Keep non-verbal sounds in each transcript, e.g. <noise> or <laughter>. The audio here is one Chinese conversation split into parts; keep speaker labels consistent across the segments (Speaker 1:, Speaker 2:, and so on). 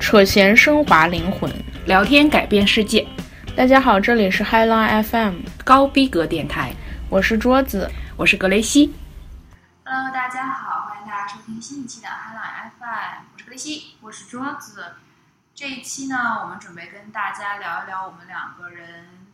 Speaker 1: 扯闲升华灵魂。
Speaker 2: 聊天改变世界，
Speaker 1: 大家好，这里是 High Line FM，
Speaker 2: 高逼格电台，
Speaker 1: 我是桌子。
Speaker 2: 我是格雷西。
Speaker 3: Hello，大家好，欢迎大家收听新一期的海浪 FM，我是格雷西。
Speaker 4: 我是桌子。这一期呢，我们准备跟大家聊一聊我们两个人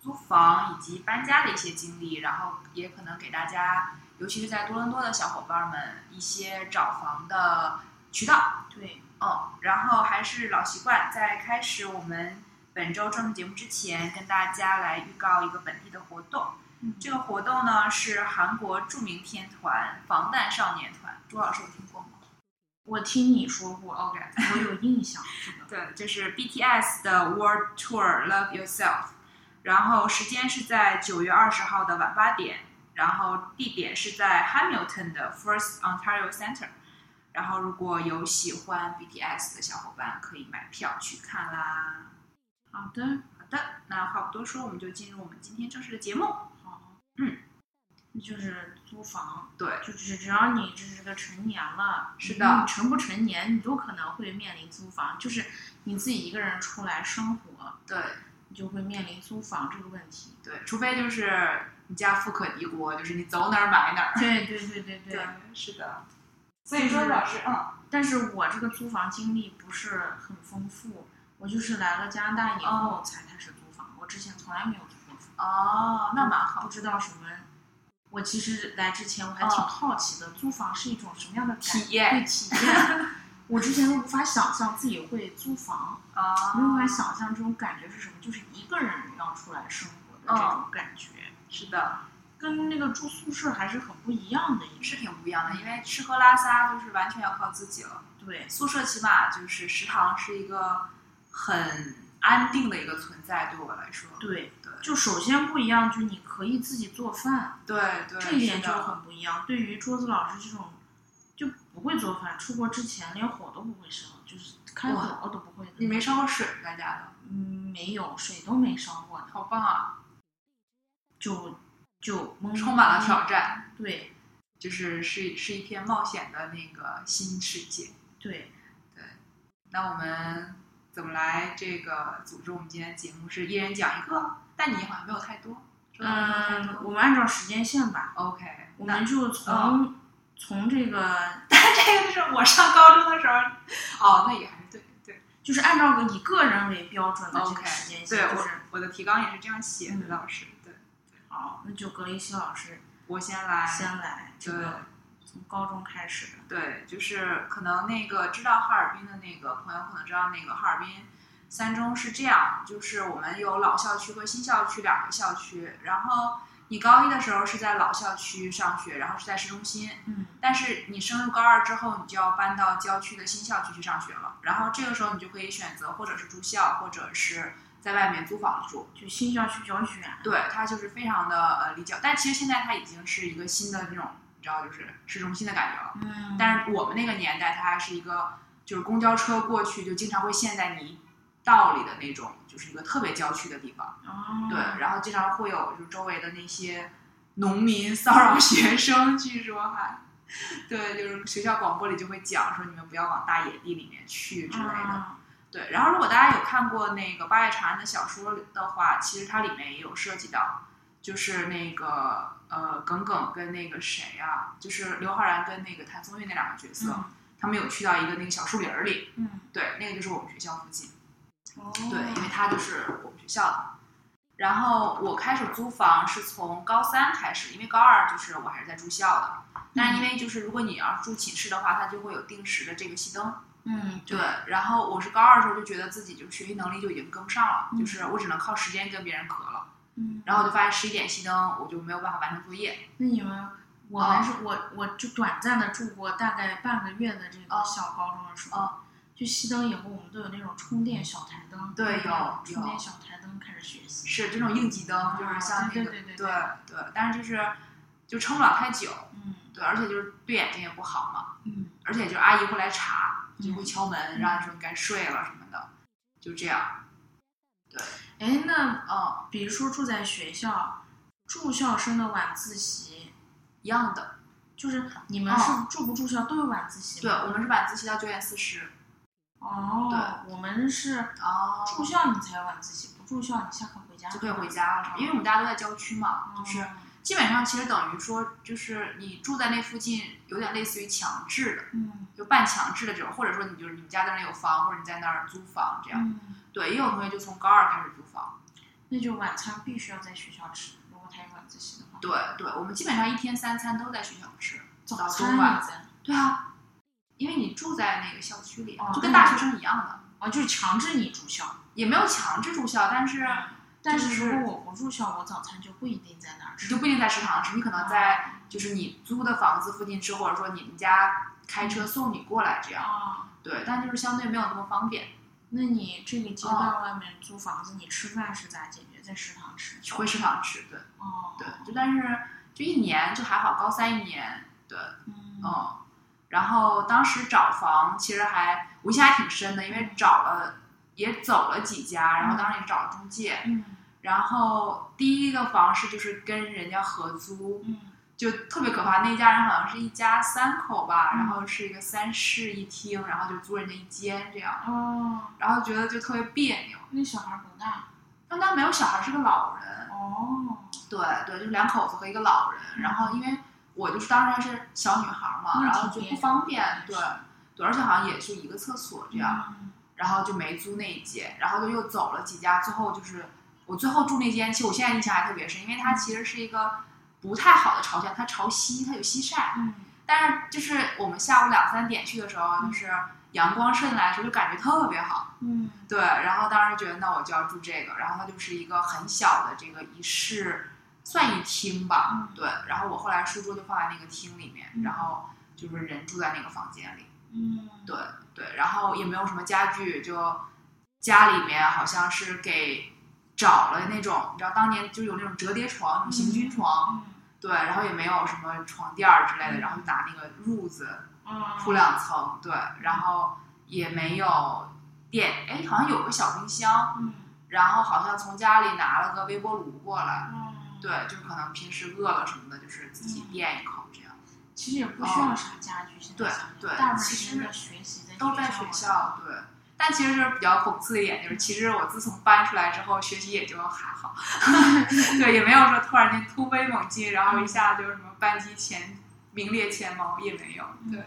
Speaker 4: 租房以及搬家的一些经历，然后也可能给大家，尤其是在多伦多的小伙伴们一些找房的渠道。对，嗯，然后还是老习惯，在开始我们本周正式节目之前，跟大家来预告一个本地的活动。嗯这个活动呢是韩国著名天团防弹少年团，朱老师有听过吗？
Speaker 3: 我听你说过，
Speaker 4: OK，
Speaker 3: <laughs> 我有印象这个。
Speaker 4: 对，这是 BTS 的 World Tour Love Yourself，然后时间是在九月二十号的晚八点，然后地点是在 Hamilton 的 First Ontario Center，然后如果有喜欢 BTS 的小伙伴可以买票去看啦。
Speaker 3: 好的，
Speaker 4: 好的，那话不多说，我们就进入我们今天正式的节目。
Speaker 3: 好，
Speaker 4: 嗯，
Speaker 3: 就是租房，
Speaker 4: 对，
Speaker 3: 就是只要你就是这个成年了，
Speaker 4: 是
Speaker 3: 你
Speaker 4: 的
Speaker 3: 成不成年，你都可能会面临租房，就是你自己一个人出来生活，
Speaker 4: 对
Speaker 3: 你就会面临租房这个问题。
Speaker 4: 对，除非就是你家富可敌国，就是你走哪儿买哪儿。
Speaker 3: 对对对对对。，
Speaker 4: <laughs> 是的。所以说，老师，嗯，
Speaker 3: 但是我这个租房经历不是很丰富，我就是来了加拿大以后才开始租房，我之前从来没有租过房，
Speaker 4: 哦，那蛮好。
Speaker 3: 不知道什么。我其实来之前我还挺
Speaker 4: 哦
Speaker 3: 好奇的，租房是一种什么样的感
Speaker 4: 体验
Speaker 3: 对体
Speaker 4: <laughs>
Speaker 3: 验，我之前都无法想象自己会租房，
Speaker 4: 啊
Speaker 3: 没有办法想象这种感觉是什么，就是一个人要出来生活的这种感觉，
Speaker 4: 哦是的，
Speaker 3: 跟那个住宿舍还是很不一样的一
Speaker 4: 是
Speaker 3: 个。
Speaker 4: 挺不一样的，因为吃喝拉撒就是完全要靠自己了。
Speaker 3: 对，
Speaker 4: 宿舍起码就是食堂是一个很安定的一个存在，对我来说，
Speaker 3: 对，
Speaker 4: 对
Speaker 3: 就首先不一样，就你可以自己做饭。
Speaker 4: 对对，
Speaker 3: 这一点
Speaker 4: 是
Speaker 3: 就
Speaker 4: 的
Speaker 3: 很不一样。对于桌子老师这种就不会做饭，出国之前连火都不会烧，就是开
Speaker 4: 哇
Speaker 3: 火都不会的。
Speaker 4: 你没烧过水在家的，
Speaker 3: 嗯，没有水都没烧过的，
Speaker 4: 好棒啊！
Speaker 3: 就就懵
Speaker 4: 充满了挑。战，
Speaker 3: 对
Speaker 4: 就是是是一片冒险的那个新世界。
Speaker 3: 对，
Speaker 4: 那我们怎么来这个组织我们今天节目是一人讲一个，但你好像没有太多，说到没有太
Speaker 3: 嗯，
Speaker 4: 多
Speaker 3: 我们按照时间线吧，
Speaker 4: OK，
Speaker 3: 我
Speaker 4: 那
Speaker 3: 们就
Speaker 4: 啊
Speaker 3: 从从这个
Speaker 4: 这个就是我上高中的时候，哦，那也还是对对
Speaker 3: 就是按照个以个人为标准的这个
Speaker 4: OK，
Speaker 3: 时间
Speaker 4: 对，
Speaker 3: 线，就
Speaker 4: 我
Speaker 3: 是
Speaker 4: 我的提纲也是这样写的，
Speaker 3: 嗯
Speaker 4: 老师。对，
Speaker 3: 好，那就格雷西老师
Speaker 4: 我先来。
Speaker 3: 先来这
Speaker 4: 哎对
Speaker 3: 个从高中开始的。
Speaker 4: 对，就是可能那个知道哈尔滨的那个朋友可能知道那个哈尔滨三中是这样，就是我们有老校区和新校区两个校区，然后你高一的时候是在老校区上学，然后是在市中心，
Speaker 3: 嗯
Speaker 4: 但是你升入高二之后，你就要搬到郊区的新校区去上学了，然后这个时候你就可以选择或者是住校，或者是在外面租房住。
Speaker 3: 就新校区比较远，
Speaker 4: 对，它就是非常的呃离角，但其实现在它已经是一个新的那种，你知道，就是市中心的感觉了。
Speaker 3: 嗯，
Speaker 4: 但是我们那个年代，它还是一个就是公交车过去就经常会陷在泥道里的那种，就是一个特别郊区的地方。
Speaker 3: 哦，
Speaker 4: 对，然后经常会有就周围的那些农民骚扰学生，据说还。对，就是学校广播里就会讲说你们不要往大野地里面去之类的。
Speaker 3: 啊
Speaker 4: 对，然后如果大家有看过那个八月长安的小说的话，其实它里面也有涉及到，就是那个呃耿耿跟那个谁啊，就是刘昊然跟那个谭松韵那两个角色，他们有去到一个那个小树林儿里，
Speaker 3: 嗯，
Speaker 4: 对，那个就是我们学校附近，
Speaker 3: 哦，
Speaker 4: 对，因为它就是我们学校的。然后我开始租房是从高三开始，因为高二就是我还是在住校的，但是
Speaker 3: 嗯
Speaker 4: 因为就是如果你要是住寝室的话，它就会有定时的这个熄灯，
Speaker 3: 嗯，
Speaker 4: 对，然后我是高二的时候就觉得自己就学习能力就已经跟不上了，
Speaker 3: 嗯
Speaker 4: 就是我只能靠时间跟别人隔了。
Speaker 3: 嗯，
Speaker 4: 然后我就发现十一点熄灯，我就没有办法完成作业。
Speaker 3: 那你们，我
Speaker 4: 哦
Speaker 3: 还是我，我就短暂的住过大概半个月的这
Speaker 4: 哦
Speaker 3: 个小高中的时候
Speaker 4: 哦，
Speaker 3: 就熄灯以后，我们都有那种充电小台灯，
Speaker 4: 对
Speaker 3: 就是
Speaker 4: 有
Speaker 3: 那种
Speaker 4: 有
Speaker 3: 充电小台灯开始学习，
Speaker 4: 是这种应急灯，就是像那个、
Speaker 3: 啊对对对对
Speaker 4: 对对但是就是就撑不了太久，
Speaker 3: 嗯
Speaker 4: 对，而且就是对眼睛也不好嘛，
Speaker 3: 嗯，
Speaker 4: 而且就是阿姨会来查，就会敲门，
Speaker 3: 嗯
Speaker 4: 让你说你该睡了什么的，就这样。
Speaker 3: 哎，那
Speaker 4: 嗯，
Speaker 3: 比如说住在学校，住校生的晚自习，
Speaker 4: 一样的。嗯
Speaker 3: 就是你们是住不住校都有晚自习
Speaker 4: 对，
Speaker 3: 吗？
Speaker 4: 我们是晚自习到九点四十，
Speaker 3: 哦，我们是
Speaker 4: 哦，
Speaker 3: 住校你才有晚自习，不住校你下课回家
Speaker 4: 就可以回家了，因为我们大家都在郊区嘛，
Speaker 3: 嗯
Speaker 4: 就是基本上其实等于说，就是你住在那附近，有点类似于强制的，
Speaker 3: 嗯
Speaker 4: 就半强制的这种，或者说你就是你们家在那儿有房，或者你在那儿租房这样。
Speaker 3: 嗯，
Speaker 4: 对，也有同学就从高二开始租房。
Speaker 3: 那就晚餐必须要在学校吃，如果他有晚自习的话，
Speaker 4: 对对，我们基本上一天三餐都在学校吃。
Speaker 3: 早
Speaker 4: 中
Speaker 3: 餐
Speaker 4: 晚
Speaker 3: 也在，
Speaker 4: 对啊，因为你住在那个校区里，
Speaker 3: 哦
Speaker 4: 就跟大学生一样的，
Speaker 3: 哦，就是强制你住校。
Speaker 4: 也没有强制住校，但是
Speaker 3: 但
Speaker 4: 就是是
Speaker 3: 如果我不住校，我早餐就不一定在那儿
Speaker 4: 你
Speaker 3: 吃。
Speaker 4: 就不一定在食堂吃，你可能
Speaker 3: 哦
Speaker 4: 在就是你租的房子附近吃，或者说你们家开
Speaker 3: 嗯
Speaker 4: 车送你过来这样。
Speaker 3: 啊，
Speaker 4: 对，但就是相对没有那么方便，
Speaker 3: 那你这个街道外面租房子，你吃饭是咋解决？在食堂吃。
Speaker 4: 回食堂吃。对
Speaker 3: 哦，
Speaker 4: 对，就但是就一年就还好，高三一年对，
Speaker 3: 嗯，
Speaker 4: 嗯。然后当时找房其实还我印象还挺深的，因为找了也走了几家，然后当时也找了中介，
Speaker 3: 嗯
Speaker 4: 然后第一个房是就是跟人家合租，
Speaker 3: 嗯
Speaker 4: 就特别可怕。那一家人好像是一家三口吧，
Speaker 3: 嗯
Speaker 4: 然后是一个三室一厅，然后就租人家一间这样，
Speaker 3: 哦，
Speaker 4: 然后觉得就特别别扭。
Speaker 3: 那小孩多大？
Speaker 4: 他们家没有小孩，是个老人，
Speaker 3: 哦，
Speaker 4: 对对，就是两口子和一个老人。然后因为我就是当时还是小女孩嘛，
Speaker 3: 嗯
Speaker 4: 然后就
Speaker 3: 挺别
Speaker 4: 不
Speaker 3: 扭
Speaker 4: 方便，
Speaker 3: 是
Speaker 4: 对对，而且好像也就一个厕所这样。
Speaker 3: 嗯
Speaker 4: 然后就没租那一间，然后就又走了几家，最后就是我最后住那间，其实我现在印象还特别深，因为它其实是一个不太好的朝向，它朝西，它有西晒，
Speaker 3: 嗯
Speaker 4: 但是就是我们下午两三点去的时候，就是阳光射进来的时候就感觉特别好，
Speaker 3: 嗯
Speaker 4: 对，然后当时觉得那我就要住这个，然后它就是一个很小的这个一室，算一厅吧
Speaker 3: 嗯，
Speaker 4: 对，然后我后来书桌就放在那个厅里面
Speaker 3: 嗯，
Speaker 4: 然后就是人住在那个房间里。
Speaker 3: 嗯，
Speaker 4: 对对，然后也没有什么家具，就家里面好像是给找了那种，你知道当年就有那种折叠床、那种行军床，
Speaker 3: 嗯
Speaker 4: 对，然后也没有什么床垫儿之类的，然后就拿那个褥子
Speaker 3: 啊，
Speaker 4: 铺两层，对，然后也没有电，哎，好像有个小冰箱，
Speaker 3: 嗯
Speaker 4: 然后好像从家里拿了个微波炉过来，
Speaker 3: 嗯，，
Speaker 4: 对，就可能平时饿了什么的，就是自己垫一口这样，
Speaker 3: 其实也不需要啥家具，现在
Speaker 4: 对
Speaker 3: 想想
Speaker 4: 对
Speaker 3: 大部分
Speaker 4: 其
Speaker 3: 时
Speaker 4: 实
Speaker 3: 间在学习，在
Speaker 4: 都在学校，对。但其实就是比较讽刺一点，就是其实我自从搬出来之后，学习也就
Speaker 3: <laughs>
Speaker 4: 还好，对，也没有说突然间突飞猛进，然后一下就是什么班级前名列前茅也没有，
Speaker 3: 嗯
Speaker 4: 对，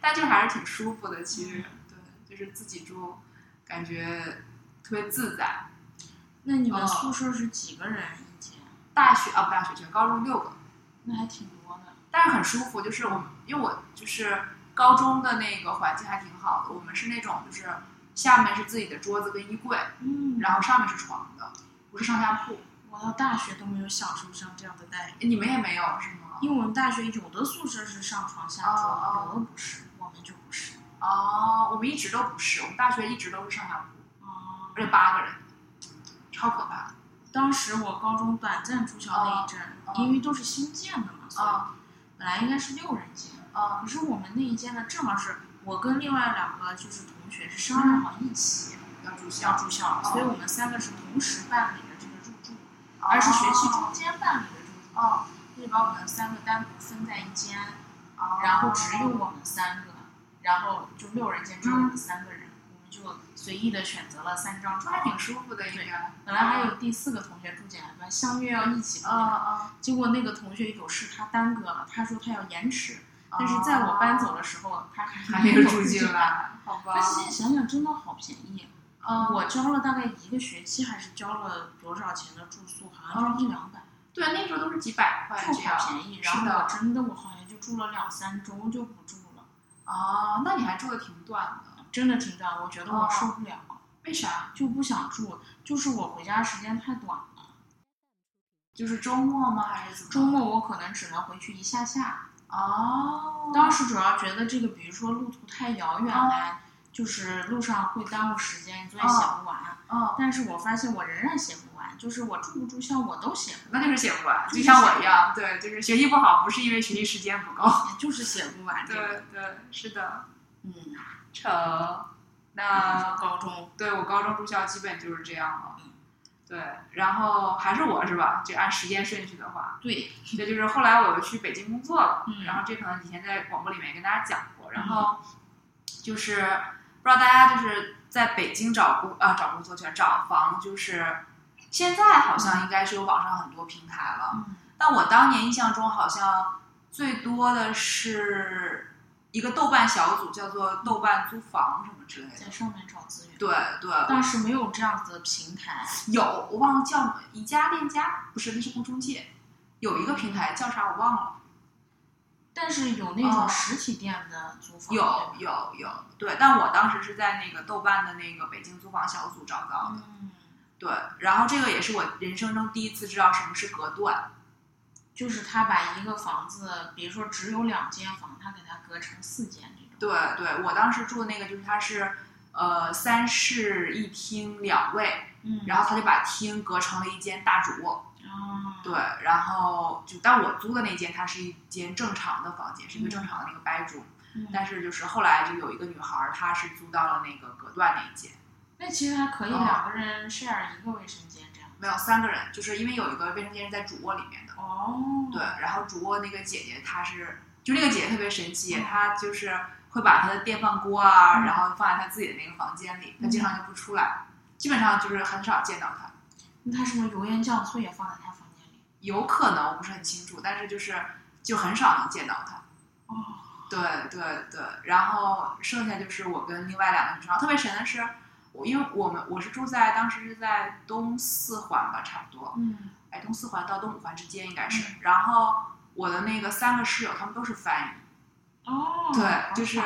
Speaker 4: 但就还是挺舒服的。其实，对，就是自己住，感觉特别自在。
Speaker 3: 那你们
Speaker 4: 哦
Speaker 3: 宿舍是几个
Speaker 5: 啊
Speaker 3: 人一间？
Speaker 4: 大学啊，不大学，全高中六个，
Speaker 3: 那还挺多的。
Speaker 4: 但是很舒服。就是我，因为我就是高中的那个环境还挺好的，我们是那种就是下面是自己的桌子跟衣柜，
Speaker 3: 嗯
Speaker 4: 然后上面是床的，不是上下铺。
Speaker 3: 我到大学都没有享受上这样的待遇，
Speaker 4: 你们也没有是吗？
Speaker 3: 因为我们大学有的宿舍是上床下桌，
Speaker 4: 哦哦
Speaker 3: 有的不是，我们就不是。
Speaker 4: 哦，我们一直都不是，我们大学一直都是上下铺，
Speaker 3: 哦、
Speaker 4: 而且八个人，超可怕的。
Speaker 3: 当时我高中短暂住校那一阵，
Speaker 4: 哦
Speaker 3: 因为都是新建的嘛，所以
Speaker 4: 啊
Speaker 3: 本来应该是六人间，
Speaker 4: 啊
Speaker 3: 可是我们那一间呢，正好是我跟另外两个就是同学是商量好一起
Speaker 4: 要住校
Speaker 3: 要，住校，
Speaker 4: 哦
Speaker 3: 所以我们三个是同时办理了这个入住，
Speaker 4: 哦
Speaker 3: 而是学期中间办理的入住，
Speaker 4: 哦，
Speaker 3: 就把我们三个单独分在一间。
Speaker 4: 哦
Speaker 3: 然后只有我们三个，然后就六人间只有我们三个人，我们就随意的选择了三张
Speaker 4: 那还
Speaker 3: 床。
Speaker 4: 挺舒服的，应该。
Speaker 3: 本来还有第四个同学住进来吧，相约要一起住进
Speaker 4: 啊
Speaker 3: 来，
Speaker 4: 啊！
Speaker 3: 结果那个同学有事他耽搁了，他说他要延迟，但是在我搬走的时候他还
Speaker 4: 哦还
Speaker 3: 没
Speaker 4: 没
Speaker 3: 有
Speaker 4: 有
Speaker 3: 住
Speaker 4: 住进
Speaker 3: 进来。
Speaker 4: 来，哦好吧
Speaker 3: 但？是现在想想真的好便宜，
Speaker 4: 啊，
Speaker 3: 我交了大概一个学期还是交了多少钱的住宿，好像就一两百，
Speaker 4: 对那时候都是几百块
Speaker 3: 就
Speaker 4: 哦这样
Speaker 3: 好。便宜。然
Speaker 4: 是
Speaker 3: 后我
Speaker 4: 的。
Speaker 3: 真的我好像就住了两三周就不住了。
Speaker 4: 哦，那你还住的挺短的，
Speaker 3: 真的挺短，我觉
Speaker 4: 哦
Speaker 3: 得我受不了，
Speaker 4: 为啥？
Speaker 3: 就不想住。就是我回家时间太短了，
Speaker 4: 就是周末吗？还是怎么？
Speaker 3: 周。末我可能只能回去一下下。
Speaker 4: 哦。
Speaker 3: 当时主要觉得这个，比如说路途太遥远
Speaker 4: 哦
Speaker 3: 了，就是路上会耽误时间，作业写不完。啊
Speaker 4: 哦，
Speaker 3: 但是我发现我仍然写不完，就是我住不住校我都写不
Speaker 4: 那就是写不完，
Speaker 3: 就
Speaker 4: 就是像
Speaker 3: 写
Speaker 4: 我
Speaker 3: 不
Speaker 4: 一样，对，就是学习不好，不是因为学习时间不够。
Speaker 3: 完，就是写不完这个。
Speaker 4: <laughs> 对对，是的，
Speaker 3: 嗯，
Speaker 4: 成。
Speaker 3: 那
Speaker 4: 那
Speaker 3: 高中
Speaker 4: 对我高中住校基本就是这样了
Speaker 3: 嗯。
Speaker 4: 对，然后还是我是吧？就按时间顺序的话，
Speaker 3: 对，
Speaker 4: 对，就是后来我又去北京工作了，
Speaker 3: 嗯
Speaker 4: 然后这可能以前在广播里面也跟大家讲过，然后就是不知道大家就是在北京找工啊找工作去找房，就是现在好像应该是有网上很多平台了，
Speaker 5: 嗯
Speaker 4: 但我当年印象中好像最多的是一个豆瓣小组，叫做豆瓣租房什么之类的
Speaker 1: 嗯
Speaker 5: 在。上面找资源。，
Speaker 4: 对对，
Speaker 5: 当时没有这样子的平台，
Speaker 4: 有我忘了叫什么宜家链家，不是那是个中介，有一个平台叫啥我忘了。
Speaker 5: 但是有那种
Speaker 4: 哦
Speaker 5: 实体店的租房。
Speaker 4: 有有有，对，但我当时是在那个豆瓣的那个北京租房小组找到的。
Speaker 5: 嗯，
Speaker 4: 对，然后这个也是我人生中第一次知道什么是隔断。
Speaker 5: 就是他把一个房子，比如说只有两间房，他给它隔成四间这种。
Speaker 4: 对对，我当时住的那个就是它是呃三室一厅两卫，
Speaker 5: 嗯，
Speaker 4: 然后他就把厅隔成了一间大主卧。
Speaker 5: 哦，
Speaker 4: 对，然后就但我租的那间它是一间正常的房间，是一个正常的那个 bedroom，、
Speaker 5: 嗯
Speaker 4: 但是就是后来就有一个女孩儿，她是租到了那个隔断那一间。
Speaker 5: 那其实还可以，
Speaker 4: 哦
Speaker 5: 两个人 share 一个卫生间这样。
Speaker 4: 没有三个人，就是因为有一个卫生间是在主卧里面的，
Speaker 5: 哦，
Speaker 4: 对，，然后主卧那个姐姐她是，就那个姐姐特别神奇，她就是会把她的电饭锅啊，
Speaker 5: 嗯
Speaker 4: 然后放在她自己的那个房间里，她经常就不出来，基本上就是很少见到她。
Speaker 5: 那他是不是油盐酱醋也放在他房间里？
Speaker 4: 有可能我不是很清楚，但是就是就很少能见到她。
Speaker 5: 哦，
Speaker 4: 对对对，然后剩下就是我跟另外两个女生，然后特别神的是，我因为我们我是住在当时是在东四环吧，差不多，
Speaker 5: 嗯，
Speaker 4: 哎，东四环到东五环之间应该是。然后我的那个三个室友，他们都是翻译，
Speaker 3: 嗯
Speaker 5: 哦，
Speaker 4: 对，就
Speaker 5: 好
Speaker 4: 是
Speaker 5: 巧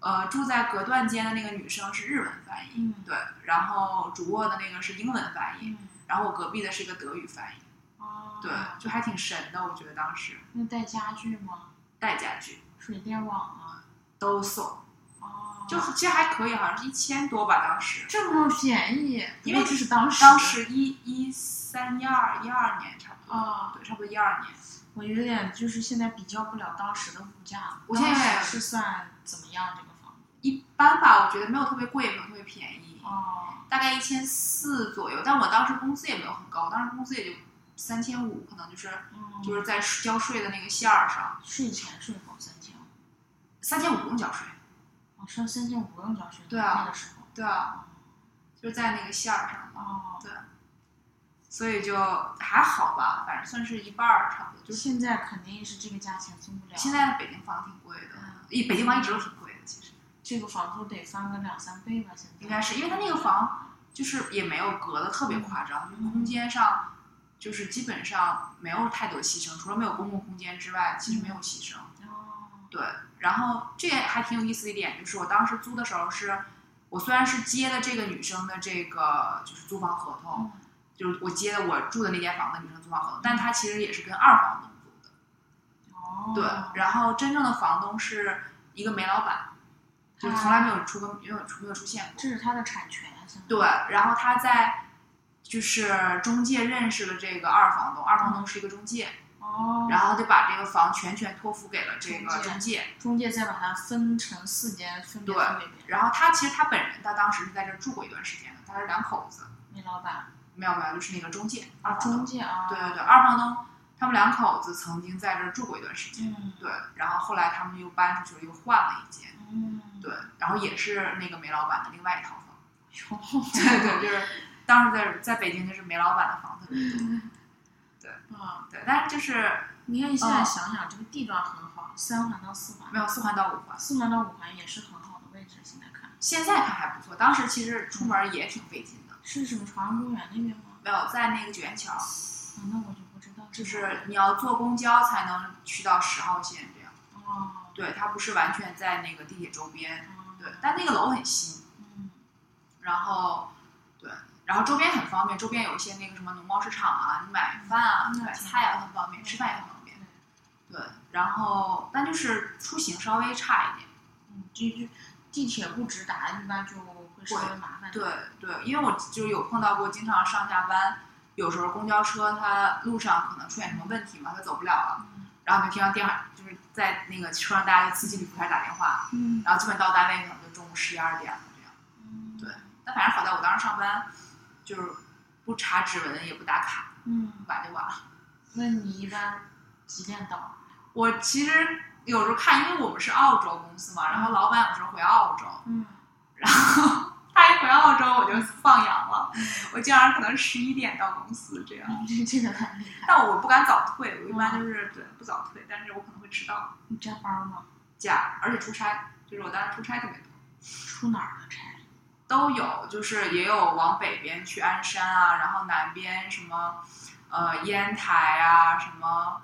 Speaker 4: 呃住在隔断间的那个女生是日文翻译，
Speaker 5: 嗯，
Speaker 4: 对，然后主卧的那个是英文翻译，
Speaker 5: 嗯，
Speaker 4: 然后我隔壁的是一个德语翻译，
Speaker 5: 哦，
Speaker 4: 对，就还挺神的，我觉得当时
Speaker 5: 那带家具吗？
Speaker 4: 带家具
Speaker 5: 水电网啊？
Speaker 4: 都送，
Speaker 5: 哦，
Speaker 4: 就其实还可以，好像是一千多吧，当时，
Speaker 5: 这么便宜，
Speaker 4: 因为
Speaker 5: 不过这是当时
Speaker 4: 当时一一三一二一二年差不多，
Speaker 5: 啊，
Speaker 4: 对，差不多一二年。
Speaker 5: 我有点就是现在比较不了当时的物价，
Speaker 4: 我现在
Speaker 5: 当时是算怎么样这个房子？
Speaker 4: 一般吧，我觉得没有特别贵，也没有特别便宜。
Speaker 5: 哦，
Speaker 4: 大概一千四左右，但我当时工资也没有很高，我当时工资也就三千五，可能就是
Speaker 5: 嗯，
Speaker 4: 就是在交税的那个线儿上，
Speaker 5: 税前税后三千五，
Speaker 4: 三千五不用交税。
Speaker 5: 哦，上三千五不用交税，
Speaker 4: 对啊
Speaker 5: 那个时候，
Speaker 4: 对啊，就是在那个线儿上嘛，
Speaker 5: 哦，
Speaker 4: 所以就还好吧，反正算是一半儿差不多。就是啊
Speaker 5: 现在肯定是这个价钱租不了，嗯
Speaker 4: 现在北京房挺贵的，一北京房一直都挺贵的，其实
Speaker 5: 这个房租得翻个两三倍吧，现在
Speaker 4: 应该是因为它那个房就是也没有隔的特别夸张，就是空间上就是基本上没有太多牺牲，除了没有公共空间之外，其实没有牺牲。
Speaker 5: 哦，
Speaker 4: 对，然后这也还挺有意思的一点，就是我当时租的时候是，我虽然是接的这个女生的这个就是租房合同，
Speaker 5: 嗯
Speaker 4: 就是我接的我住的那间房的女生租房合同，但她其实也是跟二房东租的。
Speaker 5: 哦，
Speaker 4: 对，然后真正的房东是一个煤老板，就是从来没有出过，没有出没有出现过。
Speaker 5: 哦这是他的产权，现在
Speaker 4: 对，然后他在就是中介认识了这个二房东，二房东是一个中介，
Speaker 5: 哦，
Speaker 4: 然后就把这个房全权托付给了这个
Speaker 5: 中介
Speaker 4: 中介。
Speaker 5: 中介再把它分成四间，分
Speaker 4: 对
Speaker 5: 别租给别人。
Speaker 4: 然后他其实他本人他当时是在这儿住过一段时间的，他是两口子，
Speaker 5: 那老板
Speaker 4: 没有没有，就是那个中介二
Speaker 5: 啊，
Speaker 4: 房
Speaker 5: 中
Speaker 4: 东，
Speaker 5: 介啊，
Speaker 4: 对对对，二房东他们两口子曾经在这儿住过一段时间，
Speaker 5: 嗯，
Speaker 4: 对，然后后来他们又搬出去了，又换了一间，
Speaker 5: 嗯，
Speaker 4: 对，然后也是那个煤老板的另外一套房，
Speaker 5: 哟，
Speaker 4: 对对，就是当时在在北京就是煤老板的房特别多，
Speaker 5: 嗯啊，
Speaker 4: 对，但是就是
Speaker 5: 你看现在
Speaker 4: 哦
Speaker 5: 想想，这个地段很好，三环到四环，
Speaker 4: 没有四环到五环，
Speaker 5: 四环到五环也是很好的位置，现在看
Speaker 4: 现在看还不错，当时其实出门也挺费劲的，
Speaker 5: 是什么朝阳公园那边吗？
Speaker 4: 没有在那个九元桥，
Speaker 5: 啊，那我就不知道，
Speaker 4: 就是你要坐公交才能去到十号线这样。
Speaker 5: 哦，
Speaker 4: 对，它不是完全在那个地铁周边，
Speaker 5: 嗯
Speaker 4: 对，但那个楼很新，
Speaker 5: 嗯
Speaker 4: 然后对，然后周边很方便，周边有一些那个什么农贸市场啊，你买饭啊、
Speaker 5: 嗯
Speaker 4: 买菜啊很方便，吃饭也很方便，对，然后但就是出行稍微差一点，
Speaker 5: 嗯，这就地铁不直达，一般就会稍微麻烦。
Speaker 4: 对对，因为我就有碰到过，经常上下班，有时候公交车它路上可能出现什么问题嘛，它走不了了，
Speaker 5: 嗯，
Speaker 4: 然后就听到电话，就是在那个车上大家就司机给服务员打电话，
Speaker 5: 嗯，
Speaker 4: 然后基本到单位可能就中午十一二点了这样。
Speaker 5: 嗯，
Speaker 4: 对但反正好在我当时上班，就是不查指纹也不打卡，
Speaker 5: 嗯，
Speaker 4: 晚就晚了。
Speaker 5: 那你一般几点到？
Speaker 4: 我
Speaker 5: <laughs>
Speaker 4: 其实有时候看，因为我们是澳洲公司嘛，然后老板有时候回澳洲，
Speaker 5: 嗯，
Speaker 4: 然后他一回澳洲我就放养了，我经常可能十一点到公司这样。
Speaker 3: 这这个很厉害。
Speaker 4: 但我不敢早退，我一
Speaker 3: 嗯
Speaker 4: 般就是对不早退，但是我可能会迟到
Speaker 3: 你加班吗？
Speaker 4: 假，而且出差，就是我当时出差特别多，
Speaker 3: 出哪儿的差？
Speaker 4: 都有，就是也有往北边去鞍山啊，然后南边什么呃烟台啊，什么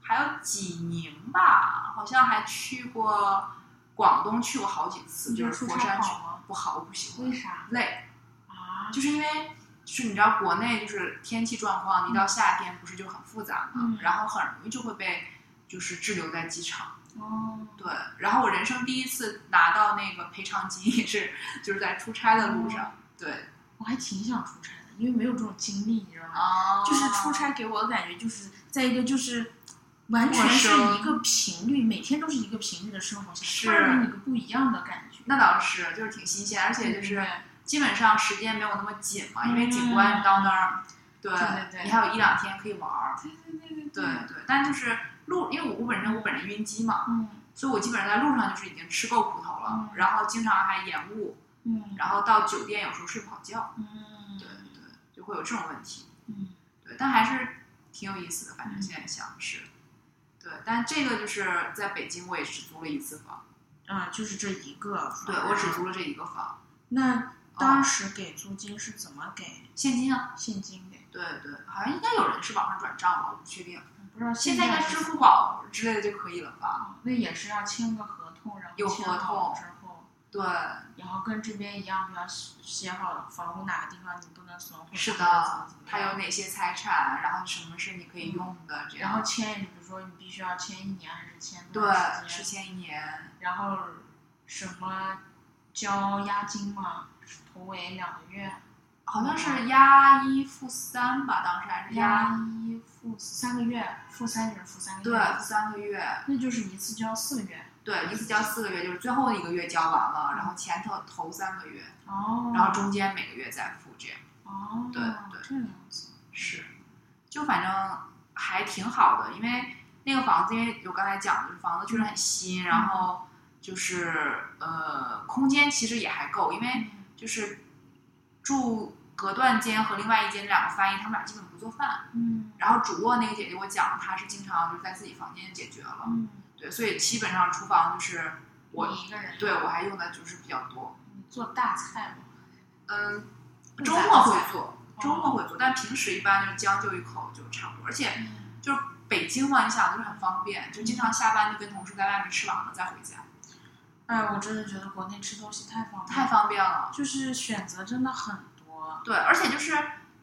Speaker 4: 还有济宁吧，好像还去过广东去过好几次，
Speaker 3: 你觉
Speaker 4: 就
Speaker 3: 得
Speaker 4: 是
Speaker 3: 出
Speaker 4: 佛
Speaker 3: 差
Speaker 4: 山去
Speaker 3: 好吗
Speaker 4: 不好，我不喜
Speaker 3: 为
Speaker 4: 欢，
Speaker 3: 啥？
Speaker 4: 累。
Speaker 3: 啊，
Speaker 4: 就是因为就是你知道国内就是天气状况，你到夏天不是就很复杂嘛，
Speaker 3: 嗯
Speaker 4: 然后很容易就会被就是滞留在机场。
Speaker 3: 哦，
Speaker 4: 对，然后我人生第一次拿到那个赔偿金也是 <laughs> 就是在出差的路
Speaker 3: 哦
Speaker 4: 上。对，
Speaker 3: 我还挺想出差的，因为没有这种经历，你知道吗？
Speaker 4: 啊
Speaker 3: 就是出差给我的感觉就是在一个就是完全
Speaker 4: 陌
Speaker 3: 是
Speaker 4: 生
Speaker 3: 一个频率，每天都是一个频率的生活
Speaker 4: 是
Speaker 3: 下，突然给你一个不一样的感觉。
Speaker 4: 那倒是，就是挺新鲜，而且就是基本上时间没有那么紧嘛，因为景观你到那儿，对
Speaker 3: 嗯对对对
Speaker 4: 你还有一两天可以玩儿。
Speaker 3: 对对对对
Speaker 4: 对对，但就是路，因为我本身我本人晕机嘛，
Speaker 3: 嗯
Speaker 4: 所以我基本上在路上就是已经吃够苦头了，
Speaker 3: 嗯
Speaker 4: 然后经常还延误，
Speaker 3: 嗯
Speaker 4: 然后到酒店有时候睡不好觉，
Speaker 3: 嗯，
Speaker 4: 对对，就会有这种问题，
Speaker 3: 嗯
Speaker 4: 对，但还是挺有意思的，反正
Speaker 3: 嗯
Speaker 4: 现在想是，对，但这个就是在北京我也只租了一次房，
Speaker 3: 啊，就是这一个。
Speaker 4: 对我
Speaker 3: 嗯
Speaker 4: 只租了这一个房，
Speaker 3: 那
Speaker 4: 哦
Speaker 3: 当时给租金是怎么给？
Speaker 4: 现金啊，
Speaker 3: 现金给？
Speaker 4: 对对，好像应该有人是网上转账吧，我不确定，
Speaker 3: 不知道
Speaker 4: 现在
Speaker 3: 在
Speaker 4: 应该
Speaker 3: 是
Speaker 4: 支付宝之类的就可以了
Speaker 3: 哦
Speaker 4: 吧？
Speaker 3: 那也是要签个合同，然后
Speaker 4: 有
Speaker 3: 签
Speaker 4: 合
Speaker 3: 好
Speaker 4: 同
Speaker 3: 之后，
Speaker 4: 对，
Speaker 3: 然后跟这边一样，比方写好了房屋哪个地方你不能损毁，
Speaker 4: 是
Speaker 3: 哪个怎
Speaker 4: 的
Speaker 3: 么怎么，
Speaker 4: 它有
Speaker 3: 样，嗯
Speaker 4: 哪些财产，然后什么是你可以用的，这
Speaker 3: 然
Speaker 4: 样
Speaker 3: 后，签也是，比如说你必须要签一年还是签多
Speaker 4: 对，
Speaker 3: 长时
Speaker 4: 是
Speaker 3: 间，
Speaker 4: 前一年。
Speaker 3: 然后什么交押金嘛，头尾两个月，
Speaker 4: 好像是押一付三吧，当时还是押
Speaker 3: 押一付三个月，付三就是付三个
Speaker 4: 对
Speaker 3: 月，
Speaker 4: 付三个月，
Speaker 3: 那就是一次交四个月，
Speaker 4: 对一次交四个月，就是最后一个月交完了，然后前头头三个月，
Speaker 3: 哦，
Speaker 4: 然后中间每个月再付，这样
Speaker 3: 哦，
Speaker 4: 对对
Speaker 3: 这样子，
Speaker 4: 是，就反正还挺好的，因为那个房子，因为我刚才讲，就是房子确实很新，然后就是呃，空间其实也还够，因为
Speaker 3: 嗯
Speaker 4: 就是住隔断间和另外一间两个翻译，他们俩基本不做饭，
Speaker 3: 嗯
Speaker 4: 然后主卧那个姐姐我讲，她是经常就是在自己房间解决了。
Speaker 3: 嗯，
Speaker 4: 对，所以基本上厨房就是我
Speaker 3: 你一个人
Speaker 4: 对我还用的就是比较多。
Speaker 3: 你做大菜吗？
Speaker 4: 嗯，
Speaker 3: 不
Speaker 4: 周
Speaker 3: 咋
Speaker 4: 末
Speaker 3: 做
Speaker 4: 会做，周
Speaker 3: 哦
Speaker 4: 末会做，但平时一般就是将就一口就差不多。而且
Speaker 3: 嗯
Speaker 4: 就是北京嘛，你想就是很方便，就经常下班就跟同事在外面吃完了再回家，
Speaker 3: 哎，我真的觉得国内吃东西太方便，
Speaker 4: 太方便了。
Speaker 3: 就是选择真的很多，
Speaker 4: 对，而且就是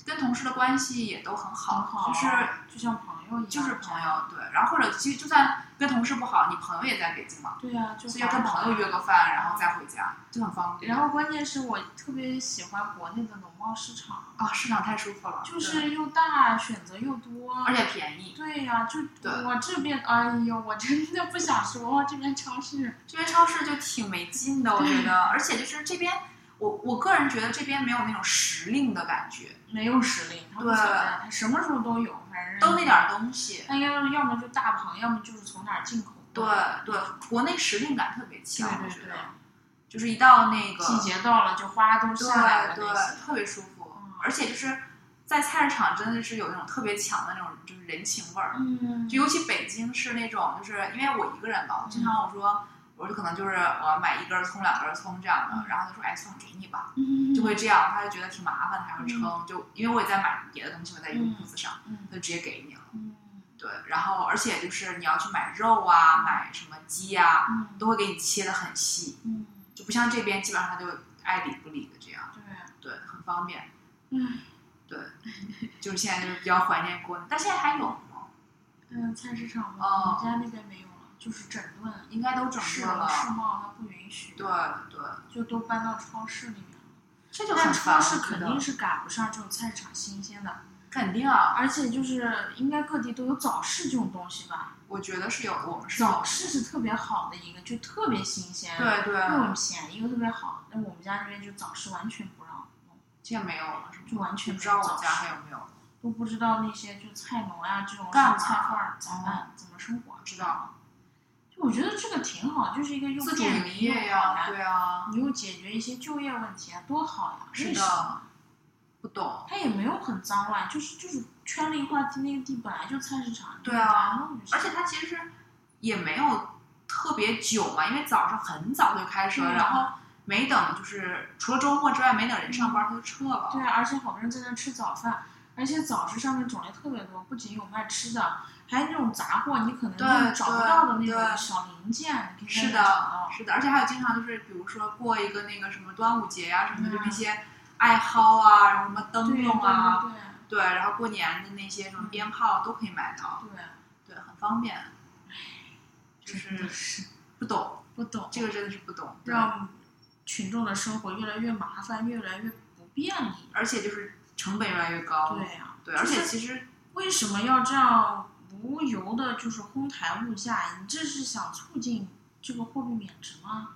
Speaker 4: 跟同事的关系也都很好，
Speaker 3: 很好啊
Speaker 4: 就是
Speaker 3: 就像朋友一样，
Speaker 4: 就是朋。友对，然后或者其实就算跟同事不好，你朋友也在北京嘛，
Speaker 3: 对呀、就
Speaker 4: 所以
Speaker 3: 是
Speaker 4: 要跟朋友约个饭，然后再回家就很方便。
Speaker 3: 然后关键是我特别喜欢国内的农贸市场，
Speaker 4: 啊、市场太舒服了，
Speaker 3: 就
Speaker 4: 对
Speaker 3: 是又大，选择又多，
Speaker 4: 而且便宜。
Speaker 3: 对呀、就
Speaker 4: 对
Speaker 3: 我这边，哎呦，我真的不想说这边超市，
Speaker 4: 这边超市就挺没劲的，我觉得，而且就是这边，我我个人觉得这边没有那种时令的感觉，
Speaker 3: 没有时令，它不
Speaker 4: 对
Speaker 3: 存在，它什么时候都有，反正
Speaker 4: 都那点儿东西。
Speaker 3: 那要要么就大棚，要么就是从哪儿进口
Speaker 4: 对
Speaker 3: 的。
Speaker 4: 对，国内时令感特别强，
Speaker 3: 对
Speaker 4: 我
Speaker 3: 对
Speaker 4: 觉
Speaker 3: 对
Speaker 4: 得，就是一到那个
Speaker 3: 季节到了就花都下来了
Speaker 4: 对
Speaker 3: 那些
Speaker 4: 对，。特别舒服
Speaker 3: 嗯，
Speaker 4: 而且就是在菜市场真的是有那种特别强的那种就是人情味儿，
Speaker 3: 嗯，
Speaker 4: 就尤其北京是那种，就是因为我一个人嘛，
Speaker 3: 嗯
Speaker 4: 经常我说。我就可能就是我买一根儿葱两根儿葱这样的
Speaker 3: 嗯，
Speaker 4: 然后他说哎算了给你吧，
Speaker 3: 嗯
Speaker 4: 就会这样，他就觉得挺麻烦，他还会撑，就因为我也在买别的东西，我在用
Speaker 3: 嗯
Speaker 4: 裤子上，
Speaker 3: 嗯
Speaker 4: 他就直接给你了。
Speaker 3: 嗯
Speaker 4: 对，然后而且就是你要去买肉啊，买什么鸡啊，
Speaker 3: 嗯
Speaker 4: 都会给你切的很细，
Speaker 3: 嗯，
Speaker 4: 就不像这边基本上他就爱理不理的这样。
Speaker 3: 对，
Speaker 4: 对，很方便。
Speaker 3: 嗯
Speaker 4: 对，就是现在就是比较怀念国内，但现在还有吗？
Speaker 3: 嗯，菜市场
Speaker 4: 哦
Speaker 3: 嘛，我们家那边没有了，就是整顿，
Speaker 4: 应该都整
Speaker 3: 市
Speaker 4: 顿了。
Speaker 3: 世贸它不允许，
Speaker 4: 对，对，
Speaker 3: 就都搬到超市里面了。
Speaker 4: 这就很
Speaker 3: 但超
Speaker 4: 烦。
Speaker 3: 市
Speaker 4: 我觉
Speaker 3: 肯
Speaker 4: 得
Speaker 3: 定是赶不上这种菜市场新鲜的，
Speaker 4: 肯定啊，
Speaker 3: 而且就是应该各地都有早市这种东西吧？
Speaker 4: 我觉得是有的，我们是有
Speaker 3: 早
Speaker 4: 的。
Speaker 3: 市是特别好的一个，就特别新鲜，
Speaker 4: 对啊对，
Speaker 3: 又便宜又特别好。那我们家那边就早市完全不让弄，
Speaker 4: 现在没有了，是吗？
Speaker 3: 就完全
Speaker 4: 不
Speaker 3: 没
Speaker 4: 知道
Speaker 3: 有
Speaker 4: 我
Speaker 3: 早
Speaker 4: 们
Speaker 3: 市
Speaker 4: 家。还有没有。
Speaker 3: 都不知道那些就菜农啊这种
Speaker 4: 干
Speaker 3: 小
Speaker 4: 嘛
Speaker 3: 菜贩儿咋办，怎么生活，啊
Speaker 4: 知道。
Speaker 3: 就我觉得这个挺好，就是一个又
Speaker 4: 自主
Speaker 3: 便
Speaker 4: 营
Speaker 3: 民又
Speaker 4: 业
Speaker 3: 好
Speaker 4: 呀，
Speaker 3: 呀，
Speaker 4: 对啊，
Speaker 3: 你又解决一些就业问题啊，多好呀！
Speaker 4: 是
Speaker 3: 为什么
Speaker 4: 的，不懂，
Speaker 3: 它也没有很脏乱，就是就是圈了一块地，那个地本来就菜市场，
Speaker 4: 对啊
Speaker 3: 你把它弄就行
Speaker 4: 而且它其实也没有特别久嘛，因为早上很早就开车，
Speaker 3: 嗯
Speaker 4: 然后没等就是除了周末之外，没等人上班，他就撤了。
Speaker 3: 对啊，而且好多人在那吃早饭，而且早市上面种类特别多，不仅有卖吃的，还有那种杂货，你可能
Speaker 4: 对
Speaker 3: 就是找不到的那
Speaker 4: 对对
Speaker 3: 种小零件，你可以在
Speaker 4: 是
Speaker 3: 那找
Speaker 4: 的
Speaker 3: 到，。
Speaker 4: 是的，而且还有经常就是，比如说过一个那个什么端午节呀、什么的，就
Speaker 3: 嗯
Speaker 4: 那些艾蒿啊，然后什么
Speaker 3: 对
Speaker 4: 灯
Speaker 3: 对
Speaker 4: 笼啊，
Speaker 3: 对
Speaker 4: 对，然后过年的那些什么
Speaker 3: 嗯
Speaker 4: 鞭炮都可以买到，
Speaker 3: 对对，
Speaker 4: 对，很方便。就
Speaker 3: 真的
Speaker 4: 是
Speaker 3: 是
Speaker 4: 不懂，
Speaker 3: 不懂，
Speaker 4: 这个真的是不懂。对，
Speaker 3: 让群众的生活越来越麻烦，越来越不便利。
Speaker 4: 而且就是成本越来越高。
Speaker 3: 对啊呀、
Speaker 4: 对，而且
Speaker 3: 就是
Speaker 4: 其实
Speaker 3: 为什么要这样无由的，就是哄抬物价？你这是想促进这个货币贬值吗？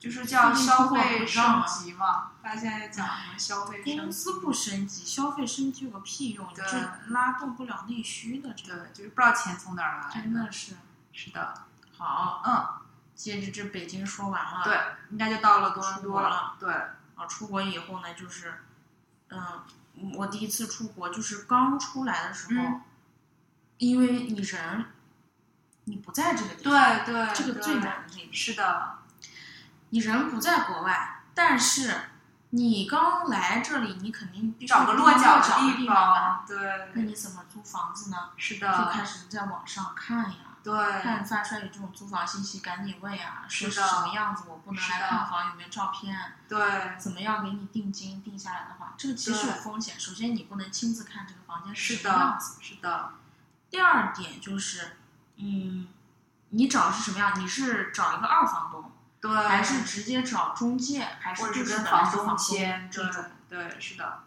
Speaker 4: 就是叫消费升级嘛，
Speaker 3: 大家在
Speaker 4: 讲什么消费升
Speaker 3: 公
Speaker 4: 级，
Speaker 3: 司不升级，消费升级有个屁用？你
Speaker 4: 对
Speaker 3: 这拉动不了内需的，这
Speaker 4: 对
Speaker 3: 个，
Speaker 4: 就是不知道钱从哪儿来
Speaker 3: 真的是
Speaker 4: 是的，
Speaker 3: 好。
Speaker 4: 嗯，
Speaker 3: 接着这北京说完了，
Speaker 4: 对，应该就到了多伦
Speaker 3: 出
Speaker 4: 多
Speaker 3: 国
Speaker 4: 了
Speaker 3: 了，
Speaker 4: 对，
Speaker 3: 啊，出国以后呢，就是，嗯、我第一次出国就是刚出来的时候，
Speaker 4: 嗯
Speaker 3: 因为你人，你不在这个地方，
Speaker 4: 对对，
Speaker 3: 这个
Speaker 4: 对
Speaker 3: 最难的地方，
Speaker 4: 是的，
Speaker 3: 你人不在国外，但是你刚来这里，你肯定必须
Speaker 4: 找个落脚
Speaker 3: 脚
Speaker 4: 的
Speaker 3: 地吧。
Speaker 4: 方，啊对，
Speaker 3: 那你怎么租房子呢？
Speaker 4: 是
Speaker 3: 就
Speaker 4: 的，
Speaker 3: 开始在网上看呀，
Speaker 4: 对，
Speaker 3: 看发出来有这种租房信息，赶紧问呀，
Speaker 4: 是
Speaker 3: 说
Speaker 4: 的
Speaker 3: 是什么样子，我不能
Speaker 4: 是
Speaker 3: 来
Speaker 4: 的
Speaker 3: 看房，有没有照片，
Speaker 4: 对，
Speaker 3: 怎么样给你定金，定下来的话，这个其实
Speaker 4: 对
Speaker 3: 有风险。首先，你不能亲自看这个房间
Speaker 4: 是
Speaker 3: 什么样
Speaker 4: 的
Speaker 3: 子。，
Speaker 4: 是的，
Speaker 3: 第二点就是，嗯，你找的是什么样？你是找一个二房东，
Speaker 4: 对，
Speaker 3: 还是直接找中介，还是
Speaker 4: 或者
Speaker 3: 就是是
Speaker 4: 跟
Speaker 3: 本来
Speaker 4: 房
Speaker 3: 是
Speaker 4: 东
Speaker 3: 房
Speaker 4: 签，
Speaker 3: 这
Speaker 4: 对
Speaker 3: 种？
Speaker 4: 对，是的，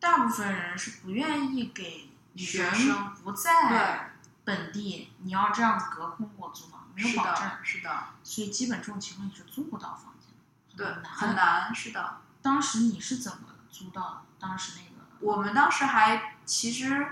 Speaker 3: 大部分人是不愿意给
Speaker 4: 学
Speaker 3: 人
Speaker 4: 生
Speaker 3: 不
Speaker 4: 对
Speaker 3: 在本地，你要这样子隔空给我租房，没
Speaker 4: 是
Speaker 3: 有保证，
Speaker 4: 的，是的，
Speaker 3: 所以基本这种情况你是租不到房间的，
Speaker 4: 对，
Speaker 3: 嗯很难。
Speaker 4: 很难，是的，
Speaker 3: 当时你是怎么租到的？当时那个
Speaker 4: 我们当时还其实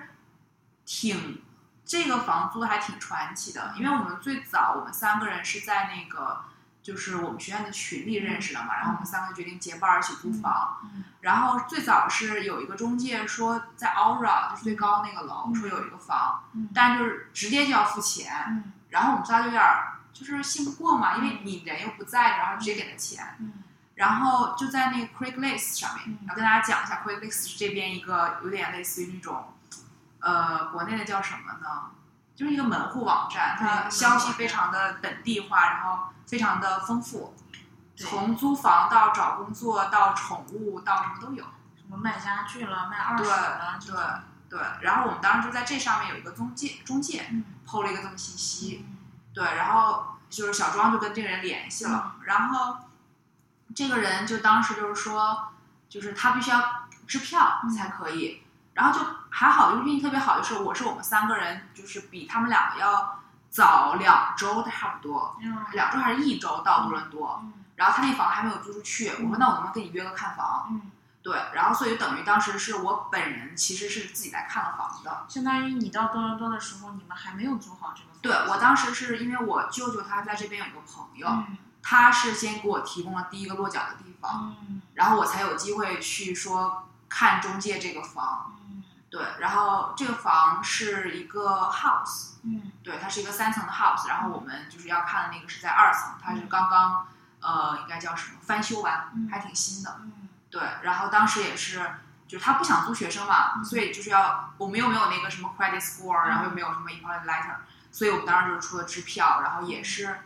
Speaker 4: 挺这个房租还挺传奇的，因为我们最早我们三个人是在那个就是我们学院的群里认识的嘛，然后我们三个决定结伴儿一起租房。
Speaker 3: 嗯
Speaker 4: 然后最早是有一个中介说在 Aura 就是最高那个楼、
Speaker 3: 嗯
Speaker 4: 说有一个房，
Speaker 3: 嗯
Speaker 4: 但就是直接就要付钱，
Speaker 3: 嗯
Speaker 4: 然后我们仨就有点儿就是信不过嘛，因为你人又不在，然后直接给他钱。
Speaker 3: 嗯
Speaker 4: 然后就在那个 Craigslist 上面
Speaker 3: 嗯，
Speaker 4: 然后跟大家讲一下 Craigslist 是这边一个有点类似于那种，呃，国内的叫什么呢？就是一个门户网站，
Speaker 3: 对
Speaker 4: 它消息非常的本地化，然后非常的丰富，
Speaker 3: 对
Speaker 4: 从租房到找工作到宠物到什么都有。
Speaker 3: 什么卖家具了，卖二手
Speaker 4: 对
Speaker 3: 了，这
Speaker 4: 对
Speaker 3: 种
Speaker 4: 对，然后我们当时就在这上面有一个中介，中介
Speaker 3: 嗯
Speaker 4: PO 了一个这么信息，
Speaker 3: 嗯
Speaker 4: 对，然后就是小庄就跟这个人联系了，
Speaker 3: 嗯
Speaker 4: 然后这个人就当时就是说，就是他必须要支票
Speaker 3: 嗯
Speaker 4: 才可以，然后就还好，就是运气特别好，就是我是我们三个人，就是比他们两个要早两周差不多，两周还是一周到多伦多，
Speaker 3: 嗯
Speaker 4: 然后他那房还没有租出去，我说那我能不能跟你约个看房？
Speaker 3: 嗯，
Speaker 4: 对，然后所以就等于当时是我本人其实是自己来看了房的，
Speaker 3: 相当于你到多伦多的时候，你们还没有租好这个房子。
Speaker 4: 对我当时是因为我舅舅他在这边有个朋友。
Speaker 3: 嗯
Speaker 4: 他是先给我提供了第一个落脚的地方，
Speaker 3: 嗯
Speaker 4: 然后我才有机会去说看中介这个房。
Speaker 3: 嗯
Speaker 4: 对，然后这个房是一个 house，
Speaker 3: 嗯
Speaker 4: 对，它是一个三层的 house，然后我们就是要看的那个是在二层，它是刚刚呃应该叫什么翻修完，
Speaker 3: 嗯
Speaker 4: 还挺新的。
Speaker 3: 嗯
Speaker 4: 对，然后当时也是。就是他不想租学生嘛，
Speaker 3: 嗯
Speaker 4: 所以就是要我们又没有那个什么 credit score，然后又没有什么 employment letter，所以我们当时就出了支票，然后也是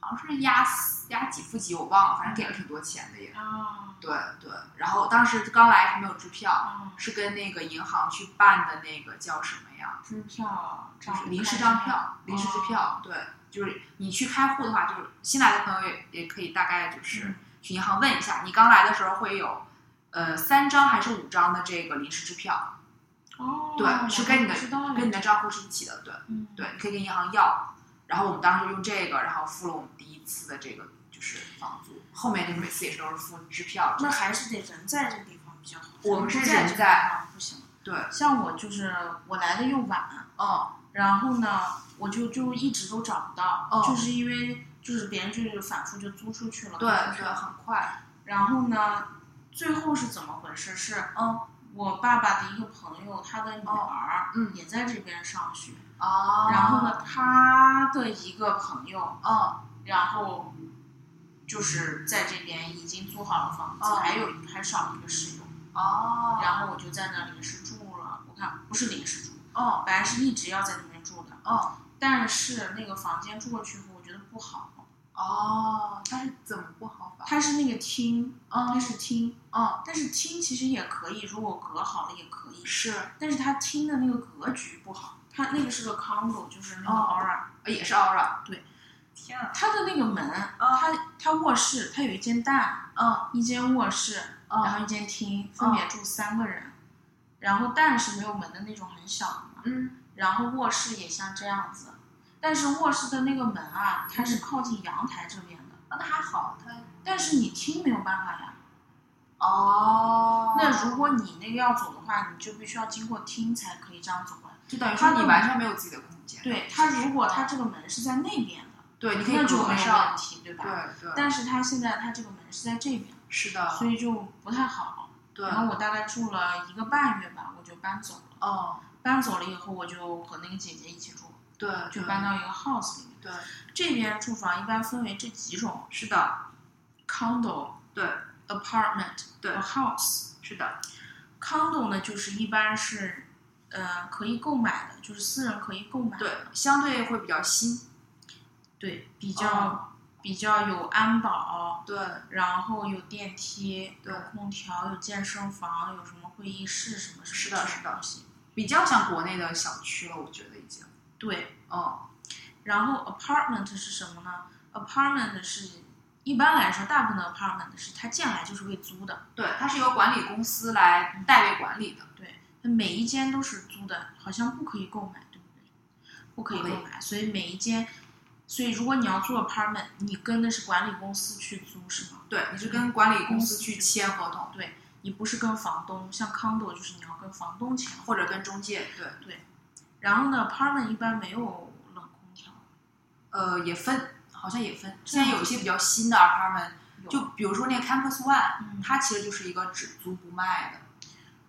Speaker 4: 好像是押押几付几我忘了，反正给了挺多钱的也。
Speaker 3: 啊
Speaker 4: 对对，然后当时刚来还没有支票，
Speaker 3: 啊，
Speaker 4: 是跟那个银行去办的那个叫什么呀？
Speaker 3: 支票
Speaker 4: 就
Speaker 3: 账
Speaker 1: 哦
Speaker 4: 是
Speaker 3: 户
Speaker 4: 临时
Speaker 3: 开
Speaker 4: 账
Speaker 3: 支
Speaker 4: 票，临时支票。对，就是你去开户的话，就是新来的朋友也也可以大概就是
Speaker 3: 嗯
Speaker 4: 去银行问一下，你刚来的时候会有。呃，三张还是五张的这个临时支票，
Speaker 3: 哦，
Speaker 4: 对，是跟你的
Speaker 3: 我知道了
Speaker 4: 跟你的账户是一起的，对
Speaker 3: 嗯
Speaker 4: 对，你可以跟银行要。然后我们当时用这个，然后付了我们第一次的这个就是房租，后面就是每次也是都是付支票这
Speaker 3: 那
Speaker 4: 样，
Speaker 3: 还是得人在这个地方比较好。
Speaker 4: 我们是
Speaker 3: 不在
Speaker 4: 人
Speaker 3: 这个地
Speaker 4: 在
Speaker 3: 方不行。
Speaker 4: 对，
Speaker 3: 像我就是我来的又晚，
Speaker 4: 嗯，
Speaker 5: 然后呢，我就就一直都找不到，
Speaker 4: 哦
Speaker 5: 就是因为就是别人就是反复就租出去了，
Speaker 4: 对
Speaker 5: 反复
Speaker 4: 对，很快，
Speaker 5: 然后呢，最后是怎么回事？是
Speaker 4: 嗯，
Speaker 5: 我爸爸的一个朋友，他的女
Speaker 4: 哦
Speaker 5: 儿
Speaker 4: 嗯
Speaker 5: 也在这边上学，
Speaker 4: 哦，
Speaker 5: 然后呢，他的一个朋友，
Speaker 4: 嗯，
Speaker 5: 然后就是在这边已经租好了房子，
Speaker 4: 哦
Speaker 5: 还有一还少一个室友，
Speaker 4: 哦，
Speaker 5: 然后我就在那临时住了，我看不是临时住，
Speaker 4: 哦，
Speaker 5: 本来是一直要在那边住的，
Speaker 4: 哦，
Speaker 5: 但是那个房间住过去后，我觉得不好，
Speaker 4: 哦，但是怎么不好法？
Speaker 5: 它是那个厅，它
Speaker 4: 嗯
Speaker 5: 是厅，
Speaker 4: 嗯，
Speaker 5: 但是厅其实也可以，如果隔好了也可以，
Speaker 4: 是，
Speaker 5: 但是他听的那个格局不好，他那个是个 combo，就是那个
Speaker 4: 哦
Speaker 5: aura，、
Speaker 4: 也是 aura，
Speaker 5: 对，
Speaker 4: 天啊，
Speaker 5: 他的那个门，
Speaker 4: 哦
Speaker 5: 他他卧室他有一间蛋，
Speaker 4: 嗯
Speaker 5: 一间卧室，然
Speaker 4: 嗯
Speaker 5: 后一间厅，分
Speaker 4: 哦
Speaker 5: 别住三个人，然后蛋是没有门的那种很小的嘛，
Speaker 4: 嗯，
Speaker 5: 然后卧室也像这样子，但是卧室的那个门啊，它是靠近阳台这边的，
Speaker 4: 啊那还好，他
Speaker 5: 但是你听没有办法呀，
Speaker 4: 哦，
Speaker 5: 那如果你那个要走的话，你就必须要经过厅才可以这样走过来。
Speaker 4: 就等于说你完全没有自己的空间，
Speaker 5: 对他，如果他这个门是在那边的。
Speaker 4: 对，你可
Speaker 5: 那
Speaker 4: 以
Speaker 5: 就
Speaker 4: 合
Speaker 5: 没有
Speaker 4: 上
Speaker 5: 问，题，对吧？
Speaker 4: 对对，
Speaker 5: 但是他现在他这个门是在这边，
Speaker 4: 是的，
Speaker 5: 所以就不太好。
Speaker 4: 对，
Speaker 5: 然后我大概住了一个半月吧，我就搬走了。
Speaker 4: 哦，
Speaker 5: 搬走了以后，我就和那个姐姐一起住，
Speaker 4: 对，
Speaker 5: 就
Speaker 4: 对
Speaker 5: 搬到一个 house 里面。
Speaker 4: 对，
Speaker 5: 这边住房一般分为这几种
Speaker 4: 是的，
Speaker 5: ：condo、
Speaker 4: 对
Speaker 5: apartment
Speaker 4: 对
Speaker 5: 和 house。
Speaker 4: 是的，
Speaker 5: condo 呢，就是一般是，呃，可以购买的，就是私人可以购买的，
Speaker 4: 对，相对会比较新，
Speaker 5: 对，比较、
Speaker 4: 哦
Speaker 5: 比较有安保，
Speaker 4: 对
Speaker 5: 然后有电梯，
Speaker 4: 对
Speaker 5: 有空调，有健身房，有什么会议室什么
Speaker 4: 是
Speaker 5: 什么
Speaker 4: 的
Speaker 5: 这种
Speaker 4: 是的
Speaker 5: 东西。
Speaker 4: 比较像国内的小区了，我觉得已经。
Speaker 5: 对，
Speaker 4: 哦，
Speaker 5: 然后 apartment 是什么呢？apartment 是一般来说，大部分的 apartment 是它建来就是为租的，
Speaker 4: 对，它是由管理公司来代为管理的。
Speaker 5: 它每一间都是租的，好像不可以购买，对不对？不可以
Speaker 4: 不可以
Speaker 5: 购买，所以每一间，所以如果你要租 apartment，你跟的是管理公司去租是吗？
Speaker 4: 对，你是跟管理公司去签合同，
Speaker 5: 你不是跟房东，像 condo 就是你要跟房东签，
Speaker 4: 或者跟中介。对，
Speaker 5: 然后呢，apartment 一般没有冷空调。
Speaker 4: 呃，也分，好像也分。现在有一些比较新的 apartment，
Speaker 5: 啊有
Speaker 4: 就比如说那个 Campus One，
Speaker 5: 嗯
Speaker 4: 它其实就是一个只租不卖的。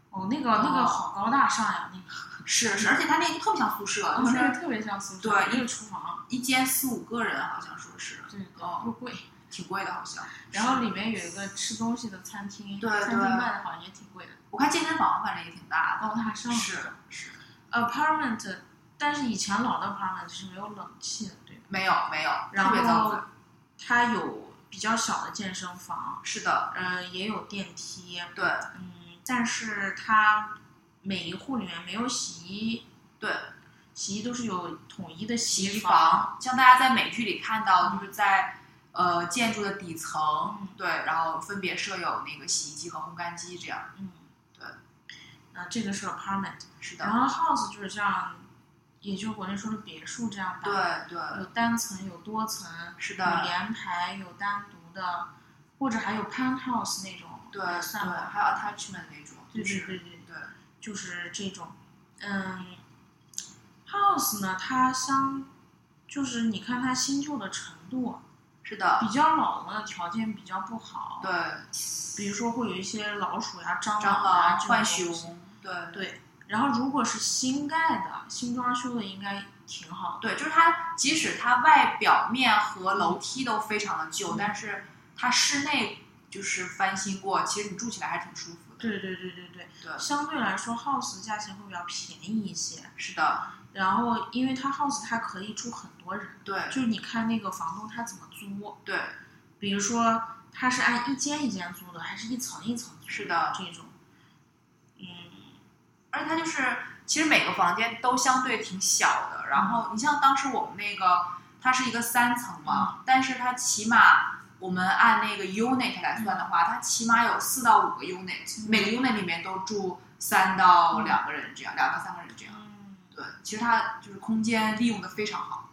Speaker 5: 哦，那个那
Speaker 4: 哦
Speaker 5: 个好高大上呀，那个
Speaker 4: 是是，而且它那个特别像宿舍，就
Speaker 5: 嗯哦那个
Speaker 4: 是
Speaker 5: 特别像宿舍，
Speaker 4: 对
Speaker 5: 一个厨房，
Speaker 4: 一间四五个人，好像说是
Speaker 5: 对，
Speaker 4: 哦
Speaker 5: 又贵。
Speaker 4: 挺贵的，好像。
Speaker 5: 然后
Speaker 4: 是
Speaker 5: 里面有一个吃东西的餐厅，
Speaker 4: 对
Speaker 5: 餐厅
Speaker 4: 对
Speaker 5: 卖的好像也挺贵的，
Speaker 4: 我看健身房反正也挺大的。
Speaker 5: 高大上。
Speaker 4: 是是，
Speaker 5: apartment，但是以前老的 apartment 是没有冷气的，对吧？
Speaker 4: 没有没有，特别
Speaker 5: 然
Speaker 4: 脏
Speaker 5: 后
Speaker 4: 乱。
Speaker 5: 它有比较小的健身房，
Speaker 4: 是的，
Speaker 5: 呃，也有电梯，
Speaker 4: 对
Speaker 5: 嗯，但是它每一户里面没有洗衣，
Speaker 4: 对。
Speaker 5: 洗衣都是有统一的洗
Speaker 4: 洗衣
Speaker 5: 衣
Speaker 4: 房，像大家在美剧里看到，就是在呃建筑的底层
Speaker 5: 嗯，
Speaker 4: 对，然后分别设有那个洗衣机和烘干机，这样。
Speaker 5: 嗯，
Speaker 4: 对。
Speaker 5: 那呃这个是 apartment。
Speaker 4: 是的，
Speaker 5: 然后 house 就是像，也就是国内说的别墅这样吧。
Speaker 4: 对对，
Speaker 5: 有单层，有多层，
Speaker 4: 是
Speaker 5: 有
Speaker 4: 的，
Speaker 5: 连排，有单独的，或者还有 penthouse 那种。
Speaker 4: 对
Speaker 5: 也
Speaker 4: 对，
Speaker 5: 算吧。
Speaker 4: 还有 attachment 那种，
Speaker 5: 对
Speaker 4: 就
Speaker 5: 对
Speaker 4: 是
Speaker 5: 对对，
Speaker 4: 对，
Speaker 5: 就是这种。嗯，house 呢，它相，就是你看它新旧的程度，
Speaker 4: 是的
Speaker 5: 比，较老的条件比较不好。
Speaker 4: 对，。
Speaker 5: 比如说会有一些老鼠呀、蟑
Speaker 4: 蟑
Speaker 5: 啊、
Speaker 4: 螂、
Speaker 5: 这种
Speaker 4: 浣
Speaker 5: 东西
Speaker 4: 熊，对
Speaker 5: 对，然后如果是新盖的、新装修的，应该挺好的。
Speaker 4: 对，就是它，即使它外表面和楼梯都非常的旧，
Speaker 5: 嗯
Speaker 4: 但是它室内就是翻新过，其实你住起来还挺舒服的。
Speaker 5: 对对对对对，
Speaker 4: 对，
Speaker 5: 相对来说，house 价钱会比较便宜一些。
Speaker 4: 是的，
Speaker 5: 然后，因为它 house 它可以住很多人，
Speaker 4: 对
Speaker 5: 就是你看那个房东他怎么租，
Speaker 4: 对，
Speaker 5: 比如说他是按一间一间租的，还是一层一层租？
Speaker 4: 是的
Speaker 5: 这种，嗯，
Speaker 4: 而且它就是其实每个房间都相对挺小的。然后你像当时我们那个，它是一个三层嘛，
Speaker 5: 嗯
Speaker 4: 但是它起码我们按那个 unit 来算的话，它起码有四到五个 unit，、
Speaker 5: 嗯
Speaker 4: 每个 unit 里面都住三到两个人这样，两到三个人这样。
Speaker 5: 嗯
Speaker 4: 对，其实它就是空间利用的非常好。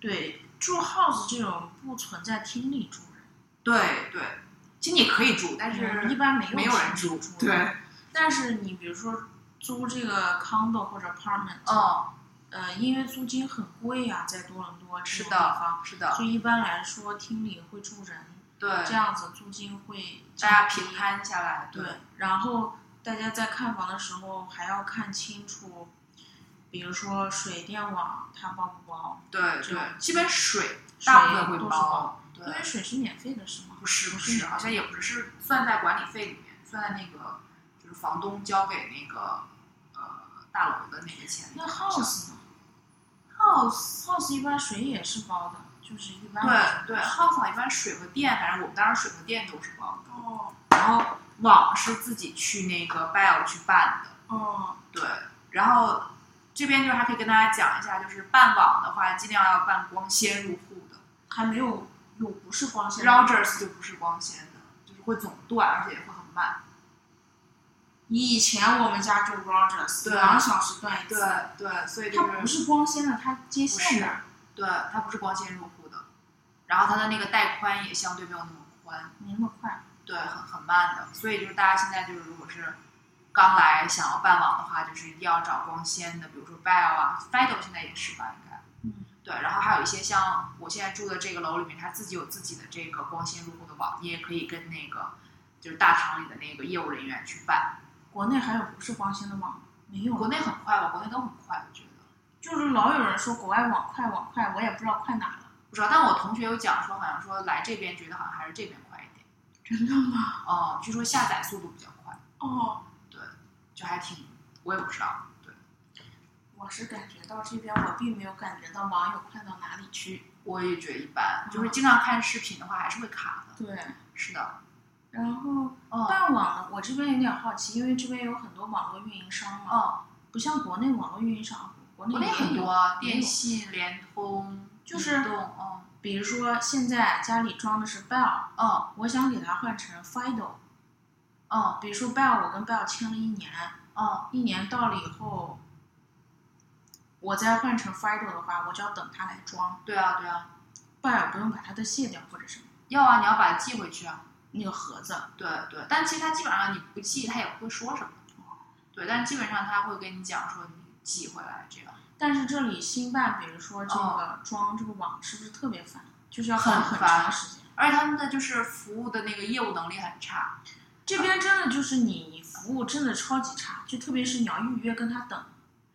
Speaker 5: 对，住 house 这种不存在厅里住人，
Speaker 4: 对对，其实你可以住，但
Speaker 5: 嗯一
Speaker 4: 是
Speaker 5: 般没有
Speaker 4: 没有人
Speaker 5: 厅
Speaker 4: 住
Speaker 5: 里。住的但是你比如说租这个 condo 或者 apartment，、
Speaker 4: 嗯，
Speaker 5: 呃，因为租金很贵呀、在多伦多这
Speaker 4: 是
Speaker 5: 种地方
Speaker 4: 的，，是的
Speaker 5: 嗯所，以一般来说厅里会住人，
Speaker 4: 对，
Speaker 5: 这样子租金会
Speaker 4: 大家
Speaker 5: 降
Speaker 4: 平
Speaker 5: 低
Speaker 4: 摊下来，
Speaker 5: 对，然后大家在看房的时候还要看清楚，比如说水电网它包不包，
Speaker 4: 对
Speaker 5: 这
Speaker 4: 对
Speaker 5: 样，
Speaker 4: 基本水大部分
Speaker 5: 水都
Speaker 4: 会
Speaker 5: 是包，
Speaker 4: 对
Speaker 5: 因，为水是免费的，是吗？
Speaker 4: 不是不
Speaker 5: 不
Speaker 4: 是，
Speaker 5: 是
Speaker 4: 好像也不是是算在管理费里面，算在那个就是房东交给那个呃大楼的那个钱里面。
Speaker 5: 那 house 呢？house house 一般水也是包的，就是一般来
Speaker 4: 对对
Speaker 5: 说
Speaker 4: ，house 嘛一般水和电，反正我们当时水和电都是包的，
Speaker 5: 哦
Speaker 4: 然后网是自己去那个 Bell 去办的，
Speaker 5: 哦，
Speaker 4: 对，然后这边就是还可以跟大家讲一下，就是办网的话，尽量要办光纤入户的
Speaker 5: 还没有有不是光纤的
Speaker 4: ，routers 就不是光纤的，就是会总断，而且也会很慢。
Speaker 5: 以前我们家就 Rogers，
Speaker 4: 对
Speaker 5: 两小时断一
Speaker 4: 对
Speaker 5: 次，
Speaker 4: 对，所以就
Speaker 5: 它不是光纤的，它接线的。
Speaker 4: 对，它不是光纤入户的，然后它的那个带宽也相对没有那么宽，
Speaker 5: 没那么快，
Speaker 4: 对，很很慢的。所以就是大家现在就是如果是刚来想要办网的话，就是一定要找光纤的，比如说 Bell 啊，Fido 现在也是吧，应该。
Speaker 5: 嗯，
Speaker 4: 对，然后还有一些像我现在住的这个楼里面，它自己有自己的这个光纤入户的网，你也可以跟那个就是大堂里的那个业务人员去办。
Speaker 5: 国内还有不是光纤的网？没有，
Speaker 4: 国内很快吧，国内都很快，我觉得。
Speaker 5: 就是老有人说国外网快网快，我也不知道快哪了。
Speaker 4: 不知道，但我同学有讲说，好像说来这边觉得好像还是这边快一点。
Speaker 5: 真的吗？
Speaker 4: 哦、据说下载速度比较快，
Speaker 5: 哦，
Speaker 4: 就还挺，我也不知道。对，
Speaker 5: 我是感觉到这边我并没有感觉到网友快到哪里去。
Speaker 4: 我也觉得一般，就是经常看视频的话还是会卡的。
Speaker 5: 嗯对，
Speaker 4: 是的，
Speaker 5: 然后
Speaker 4: 嗯
Speaker 5: 办网呢，我这边有点好奇，因为这边有很多网络运营商嘛，
Speaker 4: 嗯，
Speaker 5: 不像国内网络运营商，啊国内
Speaker 4: 国内
Speaker 5: 也
Speaker 4: 很
Speaker 5: 有
Speaker 4: 多啊
Speaker 5: 也有
Speaker 4: 电信、联通、
Speaker 5: 就是
Speaker 4: 移动，嗯
Speaker 5: 比如说现在家里装的是 Bell，
Speaker 4: 嗯
Speaker 5: 我想给它换成 Fido，
Speaker 4: 嗯
Speaker 5: 比如说 Bell，我跟 Bell 签了一年，
Speaker 4: 嗯，
Speaker 5: 一年到了以后，我再换成 Fido 的话，我就要等它来装
Speaker 4: 对啊对啊，
Speaker 5: ，Bell 不用把它的卸掉或者什么
Speaker 4: 要啊，你要把它寄回去啊。
Speaker 5: 那个盒子。
Speaker 4: 对对，但其实他基本上你不寄，他也不会说什么。对，但基本上他会跟你讲说你寄回来这样。
Speaker 5: 但是这里新办，比如说这
Speaker 4: 哦
Speaker 5: 个装这个网，是不是特别烦？就是要
Speaker 4: 很
Speaker 5: 等很
Speaker 4: 烦
Speaker 5: 长时间。
Speaker 4: 而且他们的就是服务的那个业务能力很差。
Speaker 5: 这边真的就是你服务真的超级差，就特别是你要预约跟他等，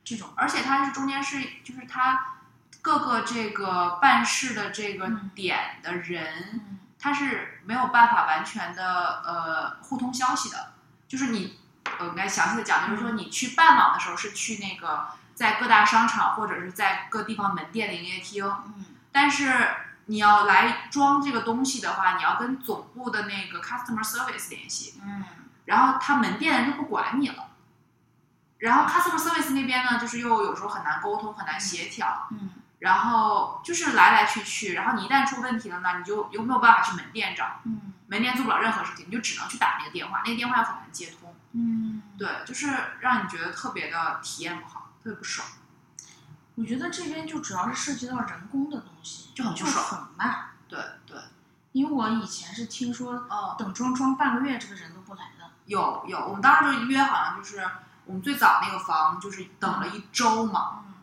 Speaker 5: 这种
Speaker 4: 而且它是中间是就是它各个这个办事的这个
Speaker 5: 嗯
Speaker 4: 点的人，
Speaker 5: 嗯
Speaker 4: 他是没有办法完全的呃互通消息的，就是你呃我应该详细的讲，就是说你去办网的时候是去那个在各大商场或者是在各地方门店的营业厅，
Speaker 5: 嗯
Speaker 4: 但是。你要来装这个东西的话，你要跟总部的那个 customer service 联系，
Speaker 5: 嗯，
Speaker 4: 然后他门店就不管你了。然后 customer service 那边呢，就是又有时候很难沟通，很难协调，
Speaker 5: 嗯
Speaker 4: 然后就是来来去去，然后你一旦出问题了呢，你就又没有办法去门店找，
Speaker 5: 嗯
Speaker 4: 门店做不了任何事情，你就只能去打那个电话，那个电话又很难接通，
Speaker 5: 嗯，
Speaker 4: 对，就是让你觉得特别的体验不好，特别不爽，
Speaker 5: 我觉得这边就主要是涉及到人工的东西，
Speaker 4: 就很不
Speaker 5: 就
Speaker 4: 爽
Speaker 5: 很慢。
Speaker 4: 对对，
Speaker 5: 因为我以前是听说
Speaker 4: 嗯，
Speaker 5: 等装装半个月，这个人都不来的。
Speaker 4: 有有，我们当时就约好像就是我们最早那个房就是等了一周嘛，
Speaker 5: 嗯，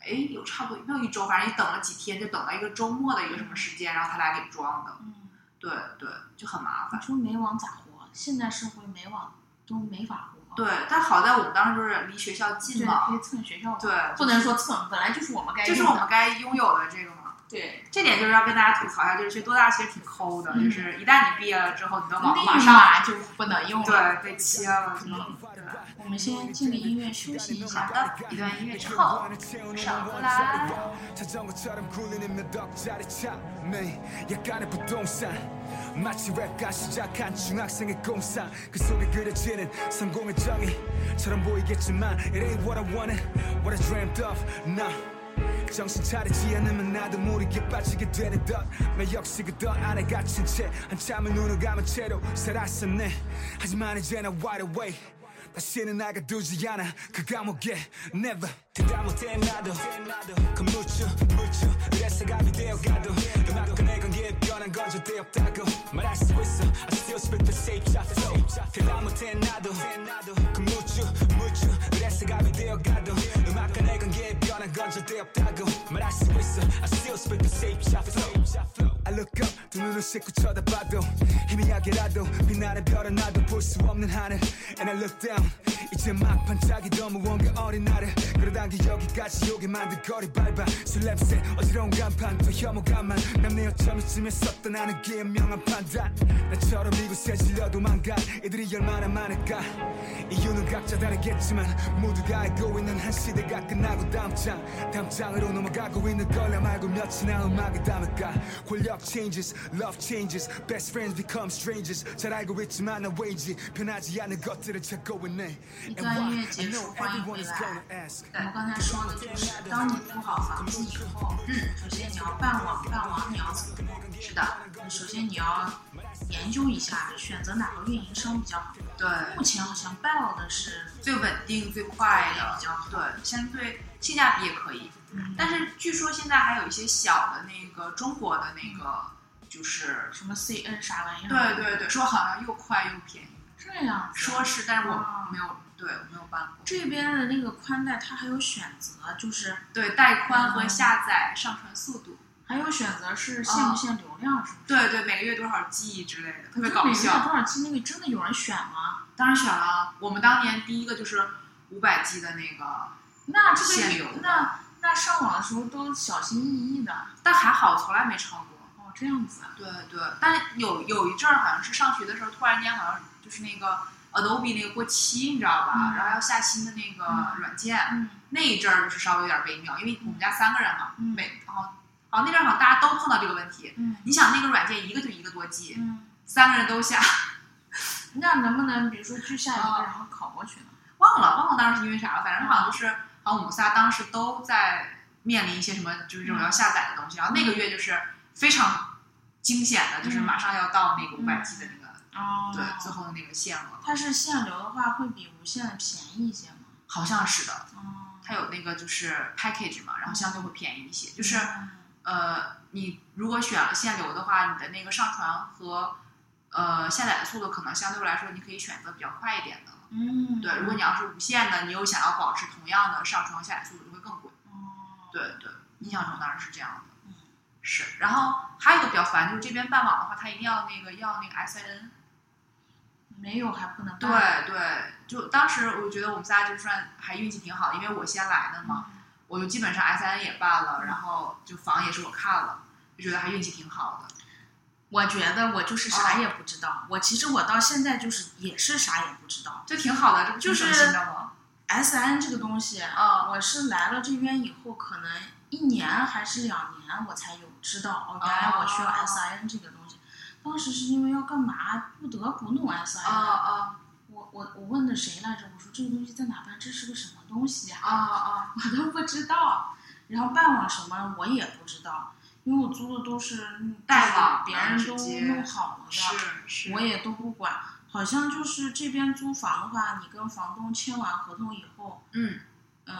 Speaker 4: 哎，有差不多没有一周，反正也等了几天，就等到一个周末的一个什么时间，然后他来给装的。
Speaker 5: 嗯，
Speaker 4: 对对，就很麻
Speaker 5: 你
Speaker 4: 烦。
Speaker 5: 说没网咋活？现代社会没网都没法活。
Speaker 4: 对，但好在我们当时就是离学校近
Speaker 5: 对，
Speaker 4: 嘛
Speaker 5: 可，以蹭学校网。
Speaker 4: 对，
Speaker 5: 不能说蹭，本来就是我们该
Speaker 4: 这是
Speaker 5: 用
Speaker 4: 我
Speaker 5: 的
Speaker 4: 们该拥有的这个嘛。
Speaker 5: 对，
Speaker 4: 这点就是要跟大家吐槽一下，就是去多大其实挺抠的，
Speaker 5: 嗯
Speaker 4: 就是一旦你毕业了之后，你的网
Speaker 5: 立
Speaker 4: 马上
Speaker 5: 马就不能用了。
Speaker 4: 对被切了，这种对。
Speaker 5: 我们先进个音乐休息一下。
Speaker 4: 好的，一段音乐之后，上回来。
Speaker 6: 자전거처럼 굴리는 몇 억짜리 차네 약간의 부동산 마치 랩과 시작한 중학생의 공상 그 속에 그려지는 성공의 정의처럼 보이겠지만 It ain't what I wanted, what I dreamed of, no 정신 차리지 않으면 나도 모르게 빠지게 되는 듯내 역시 그더 안에 갇힌 채 한참을 눈을 감은 채로 살았었네 하지만 이제 나 wide awake 다시는 나가 두지 않아 그 감옥에 never 대답 못해 나도 그 무추 무추 그래서 갑이 되어가도 음악 꺼내 건게 변한 건 절대 없다고 말할 수 있어 I still spit the same shot flow 대답 못해 나도 그 무추 무추 그래서 갑이 되어가도 음악 꺼내 건게 변한 건져 대없다고 말할 수 있어 I still speak the same shot flow I look up 두 눈을 씻고 쳐다봐도 희미하게라도 빛나는 별은 나도 볼 수 없는 하늘 And I look down 이제 막 반짝이 너무 원가 어린 나를 끌어당기 여기까지 오게 만든 거리 밟아 술 냄새 어지러운 간판 또 혐오감만 남내 여점이쯤에 썼던 아는 기명한 판단 나처럼 이곳에 질려도 망가 이들이 얼마나 많을까 이유는 각자 다르겠지만 모두가 알고 있는 한 시대가 끝나고 다음 장 다음 장으로 넘어가고 있는 걸나 말고 몇이나 음악에 담을까 권력 changes love changes best friends become strangers 잘 알고 있지만 나 왠지 변하지 않는 것들을 찾고 있네
Speaker 5: 一
Speaker 6: And
Speaker 5: 段音乐
Speaker 6: why? I
Speaker 5: 结
Speaker 6: know
Speaker 5: 束，欢迎
Speaker 6: everyone
Speaker 5: 回
Speaker 6: is
Speaker 5: 来
Speaker 6: gonna。ask
Speaker 5: 我们刚才说的就是，当你铺好房子以后，嗯首先你要办网，办网你要怎么弄？是的，嗯首先你要研究一下，选择哪个运营商比较好。
Speaker 4: 对，
Speaker 5: 目前好像 Bell 的是
Speaker 4: 最稳定、最快
Speaker 5: 也
Speaker 4: 的
Speaker 5: 比较好，
Speaker 4: 对，相对性价比也可以。但是据说现在还有一些小的那个中国的那个，就是
Speaker 5: 什么 CN 啥玩意儿？
Speaker 4: 对，对对，说好像又快又便宜，
Speaker 5: 这样子。
Speaker 4: 说是，但是我
Speaker 5: 啊
Speaker 4: 没有，对我没有办过。
Speaker 5: 这边的那个宽带它还有选择，就是
Speaker 4: 对，带宽和下载、上传速度，
Speaker 5: 还有选择
Speaker 4: 嗯
Speaker 5: 是限不限流量，是不是？
Speaker 4: 对对，每个月多少 G 之类的，特别
Speaker 5: 可是
Speaker 4: 搞
Speaker 5: 每个月
Speaker 4: 笑。
Speaker 5: 多少 G 那个真的有人选吗？
Speaker 4: 当然选了，我们当年第一个就是五百 G 的那个，
Speaker 5: 那这
Speaker 4: 限
Speaker 5: 个
Speaker 4: 流
Speaker 5: 那那上网的时候都小心翼翼的。
Speaker 4: 但还好从来没超过。
Speaker 5: 哦，这样子啊。
Speaker 4: 对对，但有有一阵儿好像是上学的时候，突然间好像就是那个 Adobe 那个过期，你知道吧？
Speaker 5: 嗯
Speaker 4: 然后要下新的那个
Speaker 5: 嗯
Speaker 4: 软件，
Speaker 5: 嗯
Speaker 4: 那一阵儿就是稍微有点微妙，因为我们家三个人嘛，
Speaker 5: 嗯
Speaker 4: 每然后好像那阵儿好像大家都碰到这个问题。
Speaker 5: 嗯
Speaker 4: 你想那个软件一个就一个多 G，、
Speaker 5: 嗯。
Speaker 4: 三个人都下，
Speaker 5: 那能不能比如说去下一
Speaker 4: 啊
Speaker 5: 个，然后考过去呢？
Speaker 4: 忘了忘了当时是因为啥了，反正好像就是好像我们仨当时都在面临一些什么，就是
Speaker 5: 嗯
Speaker 4: 这种要下载的东西。然后那个月就是非常惊险的，
Speaker 5: 嗯
Speaker 4: 就是马上要到那个五百 G 的那个、
Speaker 5: 哦
Speaker 4: 对最后的那个限额，
Speaker 5: 它是限流的话，会比无线的便宜一些吗？
Speaker 4: 好像是的。
Speaker 5: 哦，
Speaker 4: 它有那个就是 package 嘛，然后相对会便宜一些。就是
Speaker 5: 嗯
Speaker 4: 呃，你如果选了限流的话，你的那个上传和呃下载的速度可能相对来说你可以选择比较快一点的。
Speaker 5: 嗯，
Speaker 4: 对，如果你要是无线的，你又想要保持同样的上传和下载速度，就会更贵。
Speaker 5: 哦，
Speaker 4: 对对，印象中当然是这样的。
Speaker 5: 嗯，
Speaker 4: 是。然后还有一个比较烦，就是这边办网的话，它一定要那个要那个 SIN。
Speaker 5: 没有还不能
Speaker 4: 对
Speaker 5: 办
Speaker 4: 对，就当时我觉得我们仨就算还运气挺好的，因为我先来的嘛。
Speaker 5: 嗯
Speaker 4: 我就基本上 S N 也办了，然后就房也是我看了，就觉得还运气挺好的。
Speaker 5: 我觉得我就是
Speaker 4: 嗯
Speaker 5: 啥也不知道，我其实我到现在就是也是啥也不知道。
Speaker 4: 就挺好的，这不
Speaker 5: 就是
Speaker 4: 你知道吗？
Speaker 5: S N 这个东西，
Speaker 4: 啊
Speaker 5: 我是来了这边以后，可能一年还是两年，我才有知道哦，原来我需要
Speaker 4: 哦
Speaker 5: S N 这个东西。当时是因为要干嘛，不得不弄 S
Speaker 4: 啊
Speaker 5: N。呃
Speaker 4: 啊
Speaker 5: 我我我问的谁来着？我说这个东西在哪办？这是个什么东西呀、
Speaker 4: 啊啊！
Speaker 5: <laughs> 我都不知道。然后办网什么我也不知道，因为我租的都是
Speaker 4: 代网啊
Speaker 5: 别人都
Speaker 4: 直接
Speaker 5: 弄好了的。
Speaker 4: 是是，
Speaker 5: 我也都不管。好像就是这边租房的话，你跟房东签完合同以后，
Speaker 4: 嗯，
Speaker 5: 嗯、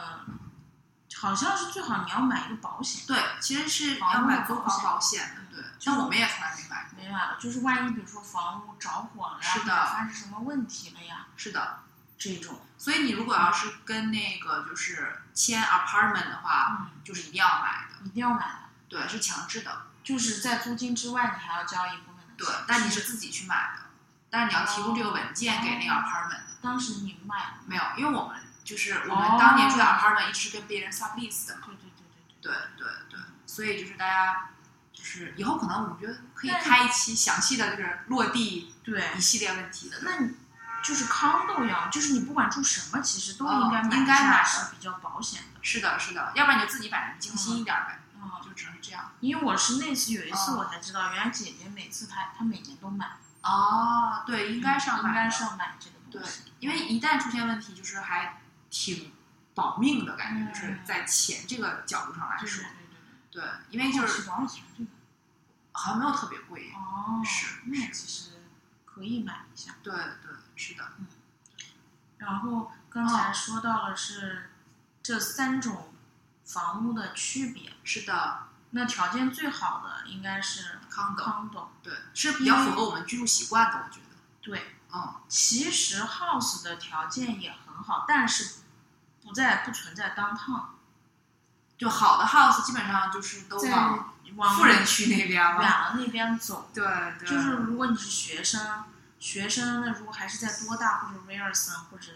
Speaker 5: 好像是最好你要买一个保险，
Speaker 4: 对，其实是
Speaker 5: 房
Speaker 4: 要
Speaker 5: 屋
Speaker 4: 买
Speaker 5: 的
Speaker 4: 租
Speaker 5: 保
Speaker 4: 房
Speaker 5: 险
Speaker 4: 保险的，对。但我们也从来没买过。
Speaker 5: 明白了？就是万一比如说房屋着火了呀，
Speaker 4: 是的
Speaker 5: 或者发生什么问题了呀，
Speaker 4: 是的，
Speaker 5: 这种，
Speaker 4: 所以你如果要是跟那个就是签 apartment 的话，
Speaker 5: 嗯，
Speaker 4: 就是一定要买的，
Speaker 5: 一定要买的。
Speaker 4: 对，是强制的，
Speaker 5: 就是在租金之外，你还要交一部分的
Speaker 4: 对
Speaker 5: 钱。。
Speaker 4: 但你是自己去买的，但是你要提供这个文件给那个
Speaker 5: 哦
Speaker 4: apartment 的。
Speaker 5: 当时你买了，
Speaker 4: 没有，因为我们就是我
Speaker 5: 哦
Speaker 4: 们当年住的 apartment 一直是跟别人 sublease 的嘛。
Speaker 5: 对对对对对。
Speaker 4: 对对对，所以就是大家就是以后可能我觉得可以
Speaker 5: 那你
Speaker 4: 开一期详细的就是落地
Speaker 5: 对，
Speaker 4: 一系列问题的。
Speaker 5: 那你就是康豆一样，就是你不管住什么，其实都
Speaker 4: 哦
Speaker 5: 应该买
Speaker 4: 应该
Speaker 5: 下
Speaker 4: 买
Speaker 5: 是
Speaker 4: 的
Speaker 5: 比较保险的。
Speaker 4: 是的，是的，要不然你就自己买，你精心一点呗，
Speaker 5: 嗯，
Speaker 4: 就只能是这样。
Speaker 5: 因为我是那次有一次
Speaker 4: 哦
Speaker 5: 我才知道，原来姐姐每次她她每年都买，
Speaker 4: 哦，对，应该上
Speaker 5: 应该
Speaker 4: 买的，
Speaker 5: 是要买这个东西，
Speaker 4: 因为一旦出现问题，就是还挺保命的感觉，
Speaker 5: 嗯
Speaker 4: 就是在钱这个角度上来
Speaker 5: 对
Speaker 4: 说
Speaker 5: 对，
Speaker 4: 对，因为
Speaker 5: 对对，
Speaker 4: 就是是
Speaker 5: 多少钱这个？
Speaker 4: 好像没有特别贵，
Speaker 5: 哦，
Speaker 4: 是
Speaker 5: 那
Speaker 4: 是
Speaker 5: 其实可以买一下。
Speaker 4: 对对，是的，
Speaker 5: 然后
Speaker 4: 哦
Speaker 5: 刚才说到了是这三种房屋的区别，
Speaker 4: 是的。
Speaker 5: 那条件最好的应该是
Speaker 4: 康德，
Speaker 5: 康斗，
Speaker 4: 对，是比较符合我们居住习惯的，我觉得。
Speaker 5: 对，
Speaker 4: 嗯，
Speaker 5: 其实 house 的条件也很好，但是不在不存在当趟。
Speaker 4: 就好的 house 基本上就是都
Speaker 5: 在
Speaker 4: 往
Speaker 5: 往
Speaker 4: 富人区那边
Speaker 5: 远
Speaker 4: 了。
Speaker 5: 了那边走。
Speaker 4: 对对，
Speaker 5: 就是如果你是学生，学生那如果还是在多大或者威尔森或者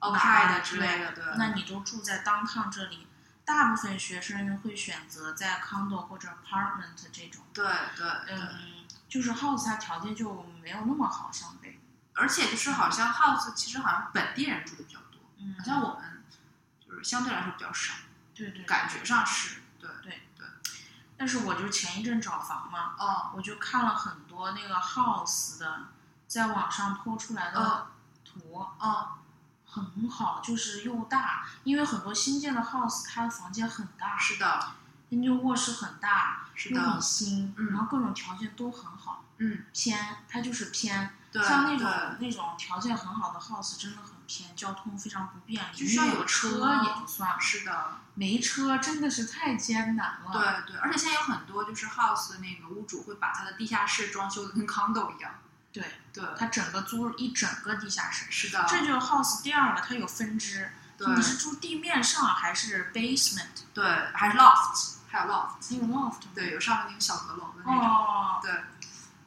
Speaker 4: o
Speaker 5: 哪
Speaker 4: k
Speaker 5: 儿
Speaker 4: 的之类的，哦对。
Speaker 5: 那你都住在 downtown 这里，大部分学生会选择在 condo 或者 apartment 这种。
Speaker 4: 对对对、
Speaker 5: 嗯，就是 house 它条件就没有那么好，相对。
Speaker 4: 而且就是好像 house 其实好像本地人住的比较多，
Speaker 5: 嗯
Speaker 4: 好像我们就是相对来说比较少，
Speaker 5: 对对
Speaker 4: 感觉上是对。
Speaker 5: 但是我就前一阵找房嘛，
Speaker 4: 哦，
Speaker 5: 我就看了很多那个 house 的，在网上剖出来的
Speaker 4: 嗯
Speaker 5: 图，
Speaker 4: 哦，
Speaker 5: 很好，就是又大，因为很多新建的 house 它的房间很大，
Speaker 4: 是的，
Speaker 5: 人家卧室很大，
Speaker 4: 是
Speaker 5: 又很
Speaker 4: 的，
Speaker 5: 新，
Speaker 4: 嗯
Speaker 5: 然后各种条件都很好，
Speaker 4: 嗯，
Speaker 5: 偏它就是偏，
Speaker 4: 对，
Speaker 5: 像那
Speaker 4: 对
Speaker 5: 种那种条件很好的 house 真的很偏，交通非常不便，
Speaker 4: 就是要
Speaker 5: 没
Speaker 4: 有车
Speaker 5: 车也就算了，
Speaker 4: 是的，
Speaker 5: 没车真的是太艰难了，
Speaker 4: 对对，而且现在有很多就是 house 的那个屋主会把他的地下室装修的跟 condo 一样，
Speaker 5: 对
Speaker 4: 对，
Speaker 5: 它整个租一整个地下室，
Speaker 4: 是的，
Speaker 5: 这就是 house 第二了，它有分支，
Speaker 4: 啊对
Speaker 5: 你是住地面上还是 basement？
Speaker 4: 对，还是 loft，还有 loft，
Speaker 5: 还有 loft 吗
Speaker 4: 对，有上面那个小阁楼的那种，
Speaker 5: 哦，
Speaker 4: 对，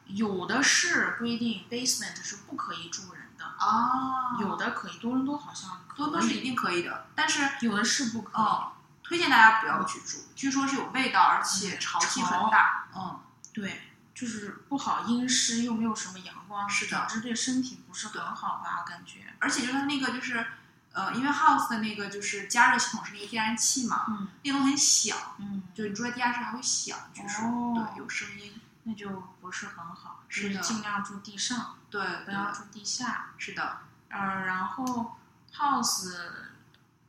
Speaker 5: 有的是规定 basement 是不可以住人的，
Speaker 4: 哦，
Speaker 5: 有的可以，多伦多好像可
Speaker 4: 多
Speaker 5: 以
Speaker 4: 伦多是一定可以的，但是
Speaker 5: 有的是不可以。
Speaker 4: 嗯，推荐大家不要去住，据说是有味道，而且
Speaker 5: 嗯
Speaker 4: 潮气
Speaker 5: 潮
Speaker 4: 很大。嗯，
Speaker 5: 对，就是不好，阴湿又没有什么阳光，
Speaker 4: 是的
Speaker 5: 总之对身体不是很好吧？感觉，
Speaker 4: 而且就是它那个就是，呃，因为 house 的那个就是加热系统是那个天然气嘛，
Speaker 5: 嗯
Speaker 4: 那个东西很响，
Speaker 5: 嗯，
Speaker 4: 就是你住在地下室还会响，据说、
Speaker 5: 哦
Speaker 4: 对有声音。
Speaker 5: 那就不是很好，
Speaker 4: 是
Speaker 5: 就是
Speaker 4: 的
Speaker 5: 尽量住地上，
Speaker 4: 对，
Speaker 5: 不要
Speaker 4: 对
Speaker 5: 住地下。
Speaker 4: 是的，
Speaker 5: 嗯，然后 house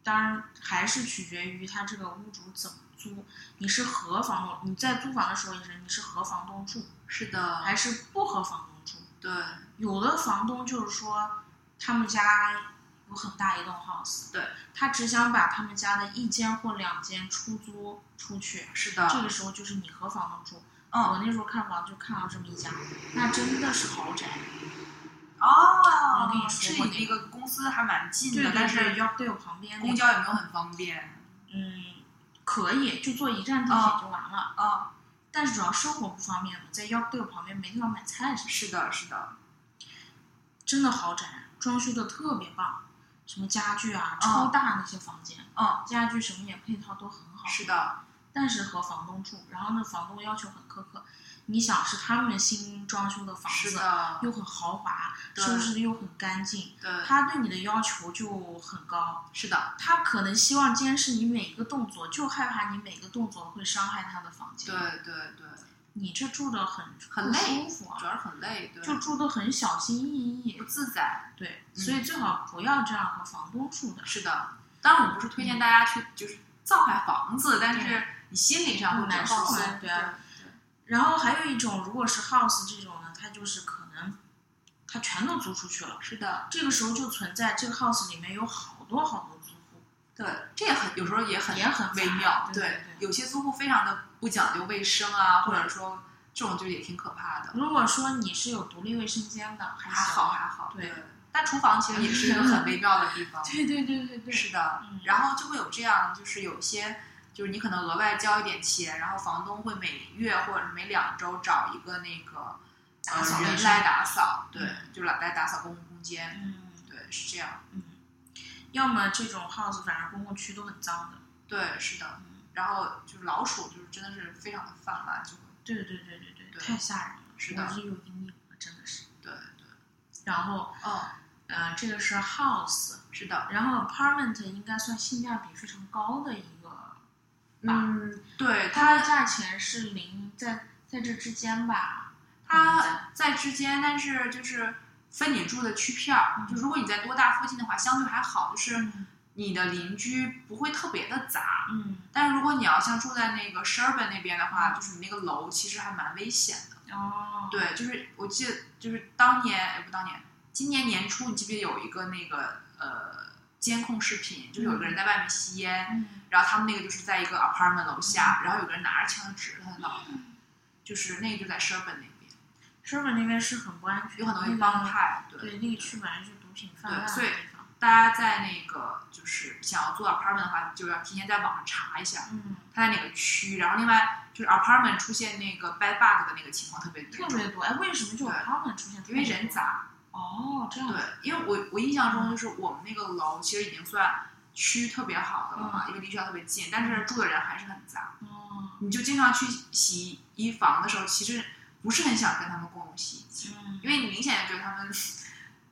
Speaker 5: 当然还是取决于他这个屋主怎么租，你是和房东，你在租房的时候也是你是和房东住
Speaker 4: 是的，
Speaker 5: 还是不和房东住？
Speaker 4: 对
Speaker 5: 有的房东就是说他们家有很大一栋 house，
Speaker 4: 对
Speaker 5: 他只想把他们家的一间或两间出租出去，
Speaker 4: 是的，
Speaker 5: 这个时候就是你和房东住。
Speaker 4: 嗯
Speaker 5: 我那时候看房就看到这么一家，那真的是豪宅，
Speaker 4: 哦
Speaker 5: 我跟你说
Speaker 4: 是
Speaker 5: 过
Speaker 4: 离那
Speaker 5: 那
Speaker 4: 个公司还蛮近的，
Speaker 5: 对，
Speaker 4: 但
Speaker 5: 但是
Speaker 4: 是
Speaker 5: 要对我旁边那
Speaker 4: 公
Speaker 5: 个
Speaker 4: 交也没有很方便。
Speaker 5: 嗯，可以，就坐一站地
Speaker 4: 啊
Speaker 5: 铁就完了。
Speaker 4: 啊，
Speaker 5: 但是主要生活不方便嘛，在 Yorkdale 旁边没地方买菜什么的。
Speaker 4: 是的，是的，
Speaker 5: 真的豪宅，装修的特别棒，什么家具啊，
Speaker 4: 哦
Speaker 5: 超大那些房间，
Speaker 4: 嗯，
Speaker 5: 家具什么也配套都很好。
Speaker 4: 是的，
Speaker 5: 但是和房东住，然后那房东要求很苛刻。你想是他们新装修的房
Speaker 4: 是
Speaker 5: 子，
Speaker 4: 的，
Speaker 5: 又很豪华，
Speaker 4: 对
Speaker 5: 收拾的又很干净，
Speaker 4: 对，
Speaker 5: 他对你的要求就很高。
Speaker 4: 是的，
Speaker 5: 他可能希望监视你每一个动作，就害怕你每个动作会伤害他的房间。
Speaker 4: 对对对，
Speaker 5: 你这住的很
Speaker 4: 很
Speaker 5: 不
Speaker 4: 累
Speaker 5: 舒服
Speaker 4: 主
Speaker 5: 啊，
Speaker 4: 要是很累，对，
Speaker 5: 就住的很小心翼翼
Speaker 4: 不。自在。
Speaker 5: 对，
Speaker 4: 嗯
Speaker 5: 所以最好不要这样和房东住的，
Speaker 4: 是的，
Speaker 5: 嗯
Speaker 4: 当然我们不是推荐大家去就是造海房子，但是你心理上会比较放松
Speaker 5: 很难受啊，对啊
Speaker 4: 对
Speaker 5: 然后还有一种，如果是 house 这种呢，它就是可能它全都租出去了，
Speaker 4: 是的，
Speaker 5: 这个时候就存在这个 house 里面有好多好多租户，
Speaker 4: 对，这也很有时候也很
Speaker 5: 也很
Speaker 4: 微
Speaker 5: 烦
Speaker 4: 妙，
Speaker 5: 对对对
Speaker 4: 有些租户非常的不讲究卫生啊，或
Speaker 5: 对嗯
Speaker 4: 者说这种就也挺可怕的，
Speaker 5: 如果说你是有独立卫生间的，还
Speaker 4: 还
Speaker 5: 行
Speaker 4: 好。还好，
Speaker 5: 对
Speaker 4: 但厨房其实也是一个很微妙的地方，
Speaker 5: 对对对对对，
Speaker 4: 是的
Speaker 5: 嗯，
Speaker 4: 然后就会有这样，就是有些，就是你可能额外交一点钱，然后房东会每月或者是每两周找一个那个
Speaker 5: 打扫
Speaker 4: 呃
Speaker 5: 卫
Speaker 4: 人
Speaker 5: 生
Speaker 4: 来打扫，对
Speaker 5: 嗯，
Speaker 4: 就来来打扫公共空间，
Speaker 5: 嗯
Speaker 4: 对，是这样，
Speaker 5: 嗯，要么这种 house 反正公共区都很脏的，
Speaker 4: 对，是的
Speaker 5: 嗯，
Speaker 4: 然后就是老鼠就是真的是非常的泛滥，就会，
Speaker 5: 对对对对对，
Speaker 4: 对
Speaker 5: 太吓人了，
Speaker 4: 是的
Speaker 5: 我是有阴影了，真的是。
Speaker 4: 对对，
Speaker 5: 然后
Speaker 4: 嗯，
Speaker 5: 呃，这个是 house，
Speaker 4: 是的，
Speaker 5: 然后 apartment 应该算性价比非常高的一个，
Speaker 4: 嗯，对
Speaker 5: 它的
Speaker 4: 它
Speaker 5: 价钱是零，在在这之间吧。
Speaker 4: 它嗯在之间，但是就是分你住的区片儿，就如果你在多大附近的话，相对还好，就是
Speaker 5: 嗯
Speaker 4: 你的邻居不会特别的杂。
Speaker 5: 嗯，
Speaker 4: 但是如果你要像住在那个 Sherman 那边的话，就是你那个楼其实还蛮危险的。
Speaker 5: 哦，，
Speaker 4: 对，就是我记得就是当年，哎不当年，今年年初你记不记得有一个那个呃监控视频，就是有一个人在外面吸烟，
Speaker 5: 嗯，
Speaker 4: 然后他们那个就是在一个 apartment 楼下，然后有个人拿着枪指着他的脑袋，就是那个就在 Sherman 那边，
Speaker 5: 日本那边是很不安全，
Speaker 4: 有很多
Speaker 5: 那
Speaker 4: 一
Speaker 5: 个
Speaker 4: 帮派，对
Speaker 5: 对那个区本来是毒品泛滥的
Speaker 4: 对所以
Speaker 5: 地方，
Speaker 4: 大家在那个就是想要租 apartment 的话，就要提前在网上查一下
Speaker 5: 嗯，
Speaker 4: 它在哪个区。然后另外就是 apartment 出现那个 bed bug 的那个情况特别
Speaker 5: 特
Speaker 4: 严重，
Speaker 5: 别多。哎，为什么就有
Speaker 4: 对
Speaker 5: 他们出现？
Speaker 4: 因为人。杂。
Speaker 5: 哦，这样
Speaker 4: 对
Speaker 5: 子。，
Speaker 4: 因为我我印象
Speaker 5: 嗯
Speaker 4: 中就是我们那个楼其实已经算区特别好的了嘛，因为离学校特别近，但是住的人还是很杂。
Speaker 5: 嗯
Speaker 4: 你就经常去洗衣房的时候，其实不是很想跟他们共用洗衣机。
Speaker 5: 嗯
Speaker 4: 因为你明显就觉得他们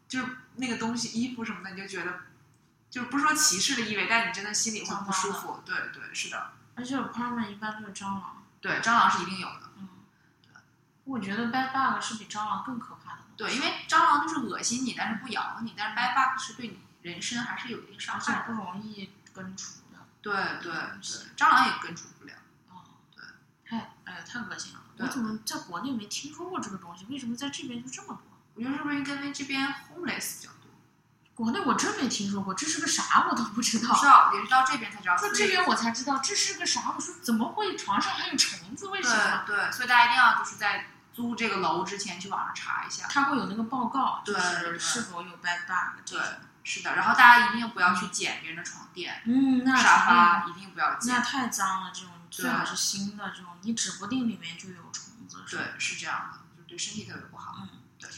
Speaker 4: 就是那个东西衣服什么的，你就觉得就是不是说歧视的意味，但你真的心里会不舒服。对对，是的，
Speaker 5: 而且 apartment 一般都有蟑螂。
Speaker 4: 对，蟑螂是一定有的。
Speaker 5: 嗯，我觉得 bad bug 是比蟑螂更可怕的东
Speaker 4: 对，
Speaker 5: 西。
Speaker 4: 因为蟑螂就是恶心你，但是不咬你，但是 bad bug 是对你人身还是有一定伤
Speaker 5: 而且
Speaker 4: 害
Speaker 5: 不
Speaker 4: 的。
Speaker 5: 容易根除的。
Speaker 4: 对对对，蟑螂也根除不了。
Speaker 5: 哦，
Speaker 4: 对，
Speaker 5: 太哎呀，太恶心了！
Speaker 4: 对啊
Speaker 5: 我怎么在国内没听说过这个东西？为什么在这边就这么多？
Speaker 4: 我觉得是不是因为这边 homeless 比较多？
Speaker 5: 国内我真没听说过，这是个啥我都不知道
Speaker 4: 不。知道，也是啊到这边才知道。
Speaker 5: 说
Speaker 4: 所
Speaker 5: 这
Speaker 4: 以
Speaker 5: 边我才知道这是个啥，我说怎么会床上还有虫子？为什么？
Speaker 4: 对对，所以大家一定要就是在租这个楼之前去网上查一下。
Speaker 5: 他会有那个报告，就
Speaker 4: 对
Speaker 5: 是
Speaker 4: 对
Speaker 5: 是否有 bad bug 这
Speaker 4: 对
Speaker 5: 种。，
Speaker 4: 是的。然后大家一定不要去捡别人的床垫。
Speaker 5: 嗯，那
Speaker 4: 沙发一定不要
Speaker 5: 那
Speaker 4: 捡。
Speaker 5: 太脏了，这种
Speaker 4: 对啊
Speaker 5: 最好是新的这种，你指不定里面就有虫子。是吧，
Speaker 4: 对，是这样的，就是对身体特别不好。
Speaker 5: 嗯，
Speaker 4: 对，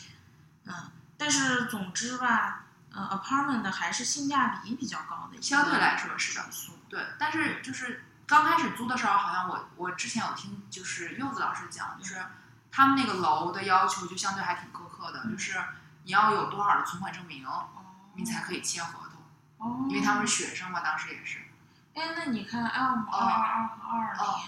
Speaker 5: 嗯，但是总之吧，呃，apartment 的还是性价比比较高的一个
Speaker 4: 相对来说是的
Speaker 5: 住宿。
Speaker 4: 对，但是就是刚开始租的时候，好像我我之前有听就是柚子老师讲，就是他们那个楼的要求就相对还挺苛刻
Speaker 5: 嗯
Speaker 4: 的，就是你要有多少的存款证明，你才可以签合同，
Speaker 5: 哦，
Speaker 4: 因为他们是学生嘛，当时也是。
Speaker 5: 哎，那你看二五二二和二
Speaker 4: 哦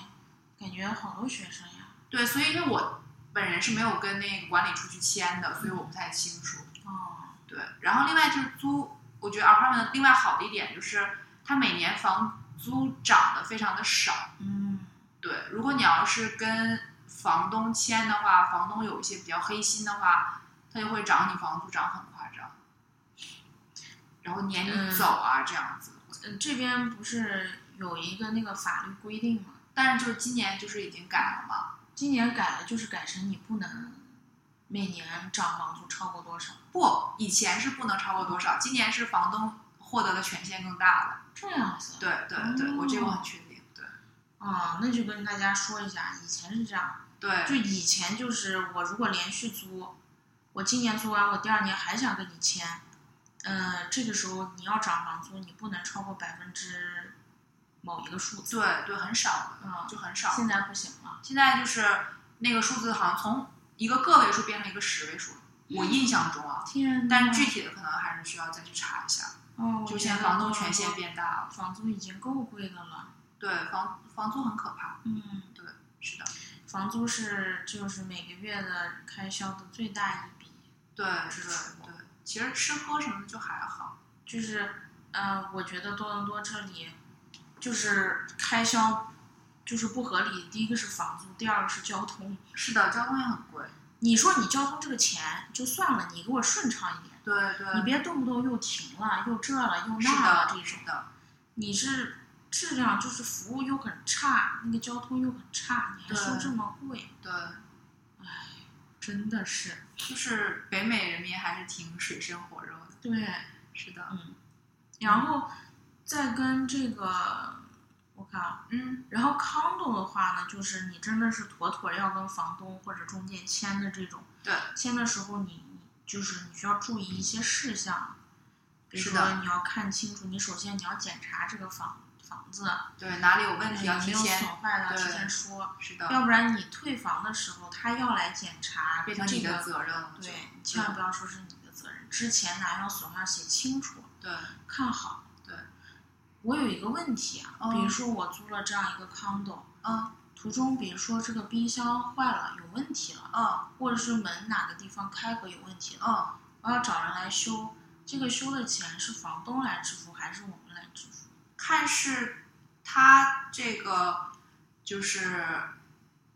Speaker 5: 零，感觉好多学生呀。
Speaker 4: 对，所以因为我本人是没有跟那个管理处去签的，所以我不太清楚。
Speaker 5: 哦，
Speaker 4: 对，然后另外就是租，我觉得 apartment 另外好的一点就是它每年房租涨得非常的少。
Speaker 5: 嗯，
Speaker 4: 对，如果你要是跟房东签的话，房东有一些比较黑心的话，他就会涨你房租，涨很夸张，然后撵
Speaker 5: 嗯
Speaker 4: 你走啊、这样子。
Speaker 5: 呃这边不是有一个那个法律规定吗？
Speaker 4: 但是就是今年就是已经改了嘛，
Speaker 5: 今年改了，就是改成你不能每年涨房租超过多少，
Speaker 4: 不，以前是不能超过多少，今年是房东获得的权限更大了。
Speaker 5: 这样子。
Speaker 4: 对对对，我这个我很确定。对
Speaker 5: 啊、那就跟大家说一下，以前是这样，就
Speaker 4: 对
Speaker 5: 以前就是我如果连续租，我今年租完，我第二年还想跟你签，呃，这个时候你要涨房租，你不能超过百分之某一个数字。
Speaker 4: 对对，很少的，
Speaker 5: 嗯
Speaker 4: 就很少。
Speaker 5: 现在不行了。
Speaker 4: 现在就是那个数字好像从一个个位数变成一个十位数了，
Speaker 5: 嗯
Speaker 4: 我印象中啊，
Speaker 5: 天
Speaker 4: 但具
Speaker 5: 具
Speaker 4: 体的可能还是需要再去查一下。
Speaker 5: 哦，
Speaker 4: 就现在房东权限，变大了，
Speaker 5: 房租已经够贵的了。
Speaker 4: 对，房房租很可怕，
Speaker 5: 嗯，
Speaker 4: 是的，
Speaker 5: 房租是就是每个月的开销的最大一笔，
Speaker 4: 对
Speaker 5: 是
Speaker 4: 对
Speaker 5: 是
Speaker 4: 对，其实吃喝什么的就还好，
Speaker 5: 就是呃，我觉得多伦多这里就是开销就是不合理。第一个是房租，第二个是交通。
Speaker 4: 是的，交通也很贵，
Speaker 5: 你说你交通这个钱就算了，你给我顺畅一点，
Speaker 4: 对
Speaker 5: 你
Speaker 4: 对，
Speaker 5: 别动不动又停了，又这了又
Speaker 4: 是
Speaker 5: 那了
Speaker 4: 的，
Speaker 5: 这种
Speaker 4: 是。的，
Speaker 5: 你是质量就是服务又很差，那个交通又很差，你还收
Speaker 4: 对
Speaker 5: 这么贵，
Speaker 4: 对，
Speaker 5: 真的是
Speaker 4: 就是北美人民还是挺水深火热的，
Speaker 5: 对。
Speaker 4: 是的，
Speaker 5: 然后再跟这个，我看啊，
Speaker 4: 嗯，
Speaker 5: 然后 condo 的话呢，就是你真的是妥妥要跟房东或者中介签的这种，
Speaker 4: 对，
Speaker 5: 签的时候你你就是你需要注意一些事项，比如
Speaker 4: 是的
Speaker 5: 说你要看清楚，你首先你要检查这个房房子
Speaker 4: 对，哪里有问题
Speaker 5: 有
Speaker 4: 要
Speaker 5: 嗯没
Speaker 4: 提
Speaker 5: 有
Speaker 4: 前，
Speaker 5: 损坏的，要提
Speaker 4: 对
Speaker 5: 前说，
Speaker 4: 是的，
Speaker 5: 要不然你退房的时候他要来检查
Speaker 4: 变成
Speaker 5: 这
Speaker 4: 你
Speaker 5: 个
Speaker 4: 的，责任嗯了，就
Speaker 5: 对，你千万不要说是你的责任，之前哪样损坏写清楚，
Speaker 4: 对，
Speaker 5: 看好。
Speaker 4: 对，
Speaker 5: 我有一个问题啊，
Speaker 4: 嗯
Speaker 5: 比如说我租了这样一个 condo，
Speaker 4: 嗯
Speaker 5: 途中比如说这个冰箱坏了有问题了，
Speaker 4: 嗯
Speaker 5: 或者是门哪个地方开合有问题了，
Speaker 4: 嗯，
Speaker 5: 我要找人来修，这个修的钱是房东来支付还是我们来支付？
Speaker 4: 看是它这个就是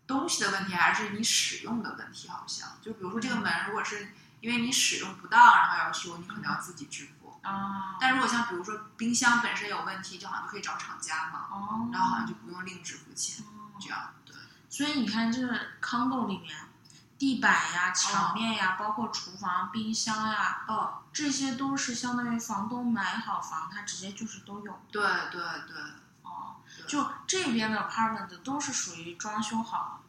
Speaker 4: 东西的问题，还是你使用的问题？好像就比如说这个门，如果是因为你使用不当，然后要修，你可能要自己支付。
Speaker 5: 啊
Speaker 4: 但如果像比如说冰箱本身有问题，就好像就可以找厂家嘛，
Speaker 5: 哦，
Speaker 4: 然后好像就不用另支付钱，
Speaker 5: 哦
Speaker 4: 这样对
Speaker 5: 所以你看这个 condo 里面，地板呀、墙面
Speaker 4: 嗯
Speaker 5: 呀，包括厨房、冰箱呀，
Speaker 4: 哦，
Speaker 5: 这些都是相当于房东买好房，他直接就是都有
Speaker 4: 对对对，
Speaker 5: 哦。
Speaker 4: 对
Speaker 5: 就这边的 apartment 都是属于装修好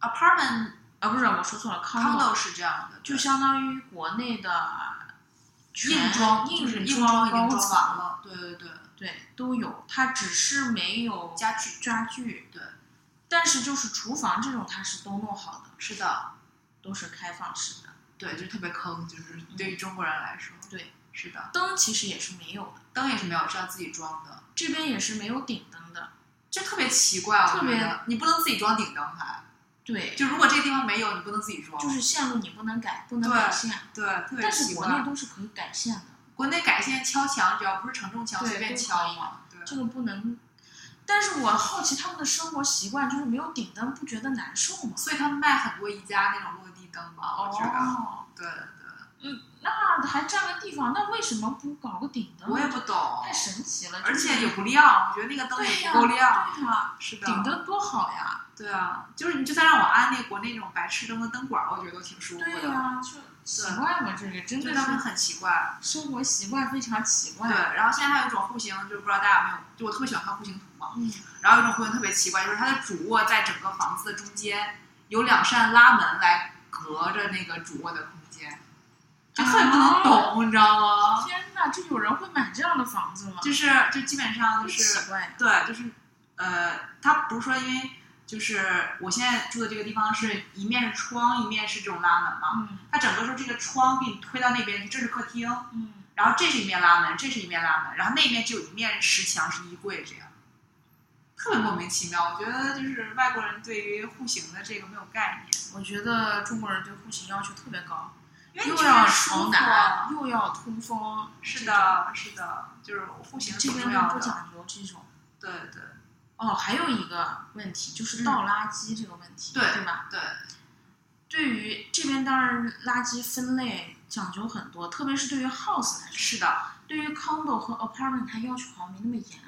Speaker 4: apartment
Speaker 5: 啊，不是我说错了
Speaker 4: condo
Speaker 5: ，condo
Speaker 4: 是这样的，
Speaker 5: 就
Speaker 4: 对
Speaker 5: 相当于国内的全
Speaker 4: 硬装，
Speaker 5: 硬
Speaker 4: 就是
Speaker 5: 硬
Speaker 4: 硬装已经
Speaker 5: 高
Speaker 4: 装
Speaker 5: 层
Speaker 4: 完了，对对对，
Speaker 5: 对，都有，它只是没有
Speaker 4: 家具，
Speaker 5: 家具，
Speaker 4: 对，
Speaker 5: 但是就是厨房这种它是都弄好的，
Speaker 4: 是的，
Speaker 5: 都是开放式的。
Speaker 4: 对，就是特别坑，就是对于中国人来说，
Speaker 5: 对，
Speaker 4: 是的，
Speaker 5: 灯其实也是没有的，
Speaker 4: 灯也是没有，是要自己装的，
Speaker 5: 这边也是没有顶灯的。
Speaker 4: 就特别奇怪，啊我
Speaker 5: 特
Speaker 4: 觉
Speaker 5: 别
Speaker 4: 得你不能自己装顶灯还，
Speaker 5: 对，
Speaker 4: 就如果这个地方没有，你不能自己装，
Speaker 5: 就是线路你不能改，不能
Speaker 4: 对
Speaker 5: 改线，
Speaker 4: 对，特别
Speaker 5: 但是
Speaker 4: 奇
Speaker 5: 国
Speaker 4: 怪。
Speaker 5: 内都是可以改线的，
Speaker 4: 国内改线敲墙，只要不是承重墙，
Speaker 5: 对
Speaker 4: 随便
Speaker 5: 都
Speaker 4: 敲
Speaker 5: 可以
Speaker 4: 嘛，对，
Speaker 5: 这个不能。但是我好奇他们的生活习惯，就是没有顶灯不觉得难受吗？
Speaker 4: 所以他们卖很多宜家那种落地灯吧，我觉得，啊
Speaker 5: 哦，
Speaker 4: 对对，
Speaker 5: 那还占个地方，那为什么不搞个顶灯？
Speaker 4: 我也不懂
Speaker 5: 太，神奇了，
Speaker 4: 而
Speaker 5: 就是
Speaker 4: 且也不亮，我觉得那个灯
Speaker 5: 对
Speaker 4: 也
Speaker 5: 呀，
Speaker 4: 不够亮，
Speaker 5: 对呀，
Speaker 4: 是的，
Speaker 5: 顶灯多好呀！
Speaker 4: 对啊，就是你就算让我安那国内那种白炽灯的灯管儿，我觉得都挺舒服
Speaker 5: 对
Speaker 4: 的。
Speaker 5: 呀、就习惯嘛，这个真
Speaker 4: 就
Speaker 5: 的
Speaker 4: 他们
Speaker 5: 是
Speaker 4: 很奇怪，
Speaker 5: 生活习惯非常奇
Speaker 4: 对。
Speaker 5: 怪。
Speaker 4: 然后现在还有一种户型，就是不知道大家有没有，就我特别喜欢看户型图嘛。
Speaker 5: 嗯，
Speaker 4: 然后有一种户型特别奇怪，就是它的主卧在整个房子的中间有两扇拉门来隔着那个主卧的空间，就特别不
Speaker 5: 哦
Speaker 4: 能懂，你知道吗？
Speaker 5: 天哪，这有人会买这样的房子吗？
Speaker 4: 就是就基本上就
Speaker 5: 很
Speaker 4: 是
Speaker 5: 奇怪呀。
Speaker 4: 对，就是呃，它不是说因为就是我现在住的这个地方是一面是窗，一面是这种拉门嘛。
Speaker 5: 嗯
Speaker 4: 它整个说这个窗给你推到那边，这是客厅，
Speaker 5: 嗯，
Speaker 4: 然后这是一面拉门，这是一面拉门，然后那面只有一面是石墙是衣柜，这样特别莫名其妙。我觉得就是外国人对于户型的这个没有概念，
Speaker 5: 我觉得中国人对户型要求特别高，
Speaker 4: 因为你
Speaker 5: 又
Speaker 4: 觉
Speaker 5: 要
Speaker 4: 得哎舒
Speaker 5: 朝
Speaker 4: 服
Speaker 5: 南，
Speaker 4: 啊。
Speaker 5: 又要通风，
Speaker 4: 是的，是的，就是户型
Speaker 5: 这
Speaker 4: 挺
Speaker 5: 边
Speaker 4: 重
Speaker 5: 人
Speaker 4: 要
Speaker 5: 不
Speaker 4: 的。
Speaker 5: 讲究这种。
Speaker 4: 对对
Speaker 5: 哦，还有一个问题就是倒垃圾这个问题，
Speaker 4: 嗯对
Speaker 5: 对吧？
Speaker 4: 对，
Speaker 5: 对于这边当然垃圾分类讲究很多，特别是对于 house 来说，
Speaker 4: 是的。
Speaker 5: 对于 condo 和 apartment 它要求好像没那么严。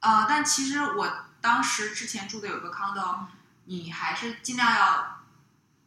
Speaker 4: 呃，但其实我当时之前住的有个 condo，
Speaker 5: 嗯
Speaker 4: 你还是尽量要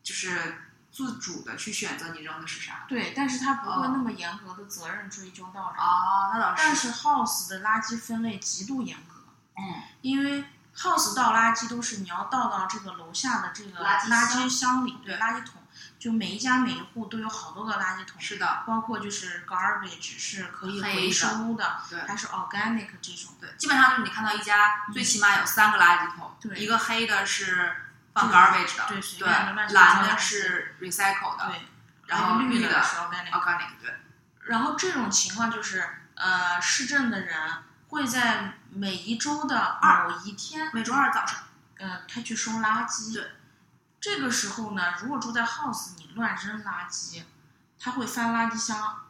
Speaker 4: 就是自主的去选择你扔的是啥。
Speaker 5: 对，但是它不会
Speaker 4: 哦
Speaker 5: 那么严格的责任追究到人。
Speaker 4: 哦，那倒
Speaker 5: 但是 house 的垃圾分类极度严格，
Speaker 4: 嗯，
Speaker 5: 因为 house 倒垃圾都是你要倒到这个楼下的这个
Speaker 4: 垃圾
Speaker 5: 垃
Speaker 4: 箱
Speaker 5: 圾箱里，对，
Speaker 4: 对
Speaker 5: 垃圾桶，就每一家每一户都有好多个垃圾桶，
Speaker 4: 是的，
Speaker 5: 包括就是 garbage 是可以
Speaker 4: 黑
Speaker 5: 回
Speaker 4: 的
Speaker 5: 收的，
Speaker 4: 对
Speaker 5: 还是 organic 这种，
Speaker 4: 对，基本上就是你看到一家最起码有三个垃圾桶，
Speaker 5: 对
Speaker 4: 一个黑的是放
Speaker 5: 对
Speaker 4: garbage 的，
Speaker 5: 对
Speaker 4: 对，
Speaker 5: 随便的乱七八糟
Speaker 4: 蓝
Speaker 5: 的
Speaker 4: 的
Speaker 5: 垃圾
Speaker 4: 是 recycle 的，
Speaker 5: 对，
Speaker 4: 然后
Speaker 5: 绿
Speaker 4: 绿的
Speaker 5: 是 organic，
Speaker 4: organic，对，
Speaker 5: 然后这种情况就是，呃，市政的人会在每一周的某一天，
Speaker 4: 每周二早上，
Speaker 5: 呃，他去收垃圾。
Speaker 4: 对。
Speaker 5: 这个时候呢，如果住在 house，你乱扔垃圾，他会翻垃圾箱，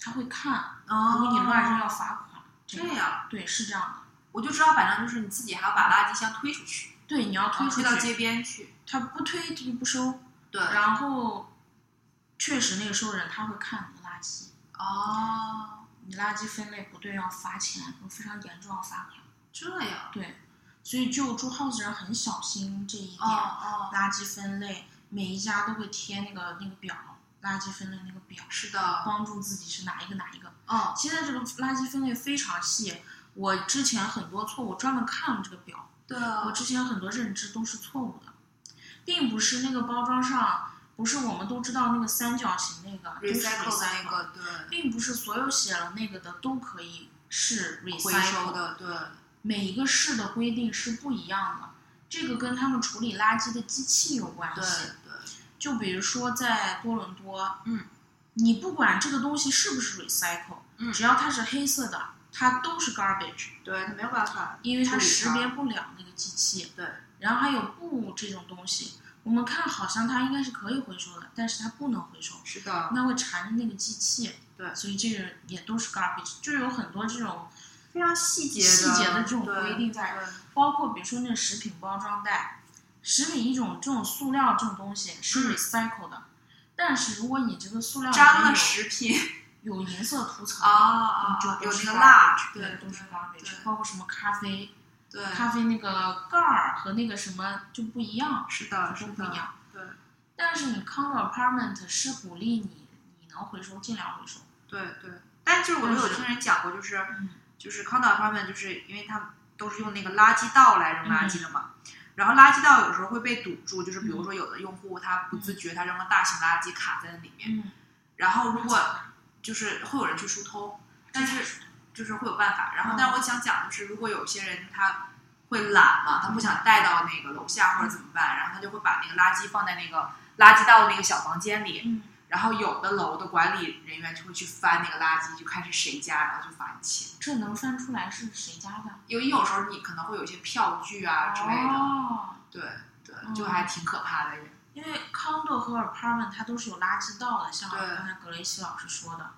Speaker 5: 他会看，如果你乱扔要罚款。这
Speaker 4: 哦这
Speaker 5: 个
Speaker 4: 样，
Speaker 5: 对，是这样的。
Speaker 4: 我就知道，反正就是你自己还要把垃圾箱推出去，
Speaker 5: 对，你要推出
Speaker 4: 推到
Speaker 5: 去，
Speaker 4: 街边去，
Speaker 5: 他不推他就不收。
Speaker 4: 对，
Speaker 5: 然后，确实那个收人他会看你的垃圾，
Speaker 4: 哦。
Speaker 5: 你垃圾分类不对要罚钱，非常严重要罚款。
Speaker 4: 这样，
Speaker 5: 对，所以就住 house 人很小心这一点，
Speaker 4: 哦哦，
Speaker 5: 垃圾分类每一家都会贴那个那个表，垃圾分类那个表，
Speaker 4: 是的，
Speaker 5: 帮助自己是哪一个哪一个。
Speaker 4: 哦，
Speaker 5: 现在这个垃圾分类非常细，我之前很多错误，专门看了这个表，
Speaker 4: 对，
Speaker 5: 我之前很多认知都是错误的，并不是那个包装上。不是我们都知道那个三角形那个都是
Speaker 4: recycle 的
Speaker 5: recycle
Speaker 4: 那个，对，
Speaker 5: 并不是所有写了那个的都可以是 recycle
Speaker 4: 回收啊的，对，
Speaker 5: 每一个市的规定是不一样的，这个跟他们处理垃圾的机器有关
Speaker 4: 对
Speaker 5: 系。
Speaker 4: 对，
Speaker 5: 就比如说在多伦多，
Speaker 4: 嗯，
Speaker 5: 你不管这个东西是不是 recycle，、
Speaker 4: 嗯
Speaker 5: 只要它是黑色的，它都是 garbage，
Speaker 4: 对，没有办法，
Speaker 5: 因为它
Speaker 4: 处
Speaker 5: 识
Speaker 4: 理它
Speaker 5: 别不了那个机器。
Speaker 4: 对，
Speaker 5: 然后还有布这种东西，我们看好像它应该是可以回收的，但是它不能回收，
Speaker 4: 是的，
Speaker 5: 那会缠着那个机器。
Speaker 4: 啊对
Speaker 5: 所以这个也都是 garbage，就有很多这种
Speaker 4: 非常细节的
Speaker 5: 细节的这种
Speaker 4: 对
Speaker 5: 规定在
Speaker 4: 对
Speaker 5: 包括比如说那个食品包装袋，食品一种这种塑料这种东西是
Speaker 4: 嗯
Speaker 5: recycle 的，但是如果你这个塑料里
Speaker 4: 粘
Speaker 5: 面
Speaker 4: 了食品
Speaker 5: 有有银色涂层，
Speaker 4: 啊啊，
Speaker 5: 就
Speaker 4: 啊
Speaker 5: 都
Speaker 4: 有
Speaker 5: 是
Speaker 4: 那个
Speaker 5: garbage，
Speaker 4: 蜡，
Speaker 5: 对，
Speaker 4: 对
Speaker 5: 都是 garbage，
Speaker 4: 对
Speaker 5: 包括什么咖啡，
Speaker 4: 对，
Speaker 5: 咖啡那个盖儿和那个什么就不一样，
Speaker 4: 是的，
Speaker 5: 都
Speaker 4: 是
Speaker 5: 不一
Speaker 4: 的，
Speaker 5: 样。
Speaker 4: 对，
Speaker 5: 嗯但是你 condo apartment 是鼓励你，你能回收尽量回收。
Speaker 4: 对对，但就是我
Speaker 5: 但
Speaker 4: 就有
Speaker 5: 是
Speaker 4: 听人讲过，就是
Speaker 5: 嗯
Speaker 4: 就是 condo apartment，就是因为他们都是用那个垃圾道来扔垃圾
Speaker 5: 嗯
Speaker 4: 的嘛。然后垃圾道有时候会被堵住，就是比如说有的用户他不自觉，他扔了大型垃圾卡在那里面，
Speaker 5: 嗯，
Speaker 4: 然后如果就是会有人去疏通，但是就是会有办法。然后
Speaker 5: 嗯，
Speaker 4: 但是我想讲的是，如果有些人他会懒嘛，他不想带到那个楼下或者怎么办，然后他就会把那个垃圾放在那个垃圾道的那个小房间里。
Speaker 5: 嗯
Speaker 4: 然后有的楼的管理人员就会去翻那个垃圾，就看是谁家，然后就罚你钱。
Speaker 5: 这能分出来是谁家的？
Speaker 4: 因为有时候你可能会有一些票据啊之类的，
Speaker 5: 哦，
Speaker 4: 对对，
Speaker 5: 嗯
Speaker 4: 就还挺可怕的。
Speaker 5: 因为 condo 和 apartment 它都是有垃圾道的，像
Speaker 4: 对
Speaker 5: 刚才格雷西老师说的，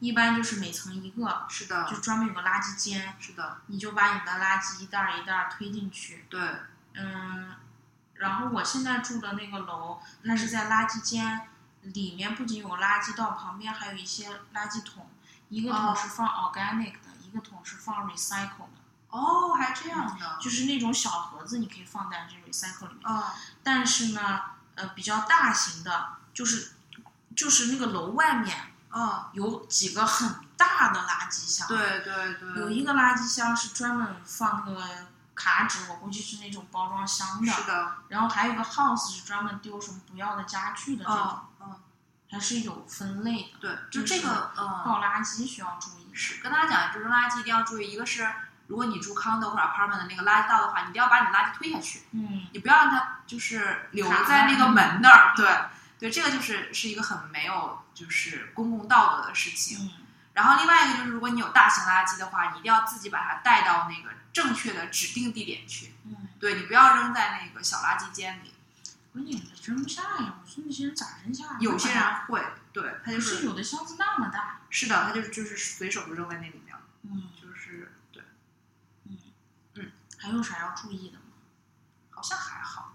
Speaker 5: 一般就是每层一个，
Speaker 4: 是的
Speaker 5: 就，专门有个垃圾间，
Speaker 4: 是的，
Speaker 5: 你就把你的垃圾一袋儿一袋儿推进去，
Speaker 4: 对，
Speaker 5: 嗯，然后我现在住的那个楼，它是在垃圾间里面，不仅有垃圾道，旁边还有一些垃圾桶，一个
Speaker 4: 哦
Speaker 5: 桶是放 organic 的，一个桶是放 recycle 的，
Speaker 4: 哦，还这样的，
Speaker 5: 就是那种小盒子，你可以放在这 recycle 里面。
Speaker 4: 嗯
Speaker 5: 但是呢，呃，比较大型的，就是就是那个楼外面
Speaker 4: 嗯，
Speaker 5: 有几个很大的垃圾箱，
Speaker 4: 对对对，
Speaker 5: 有一个垃圾箱是专门放那个卡纸，我估计是那种包装箱的。
Speaker 4: 是的，
Speaker 5: 然后还有一个 house 是专门丢什么不要的家具的这种，
Speaker 4: 嗯嗯，
Speaker 5: 还是有分类的。
Speaker 4: 对，就这个，嗯，
Speaker 5: 倒垃圾需要注意，
Speaker 4: 是跟大家讲，就扔垃圾一定要注意，一个是如果你住 condo 或者 apartment 的那个垃圾道的话，你一定要把你的垃圾推下去，
Speaker 5: 嗯，
Speaker 4: 你不要让它就是留
Speaker 5: 卡嗯
Speaker 4: 在
Speaker 5: 在
Speaker 4: 那个
Speaker 5: 那
Speaker 4: 门那儿，对对，这个就是是一个很没有就是公共道德的事情。
Speaker 5: 嗯，
Speaker 4: 然后另外一个就是，如果你有大型垃圾的话，你一定要自己把它带到那个正确的指定地点去，
Speaker 5: 嗯，
Speaker 4: 对你不要扔在那个小垃圾间里。
Speaker 5: 关键你这扔不下呀，我说那些人咋扔下呀？
Speaker 4: 有些人会，对他就
Speaker 5: 可嗯是
Speaker 4: 是
Speaker 5: 有的箱子那么大，
Speaker 4: 是的，他就就是随手就扔在那里面了，
Speaker 5: 嗯，
Speaker 4: 就是对，
Speaker 5: 还有啥要注意的吗？
Speaker 4: 好像还好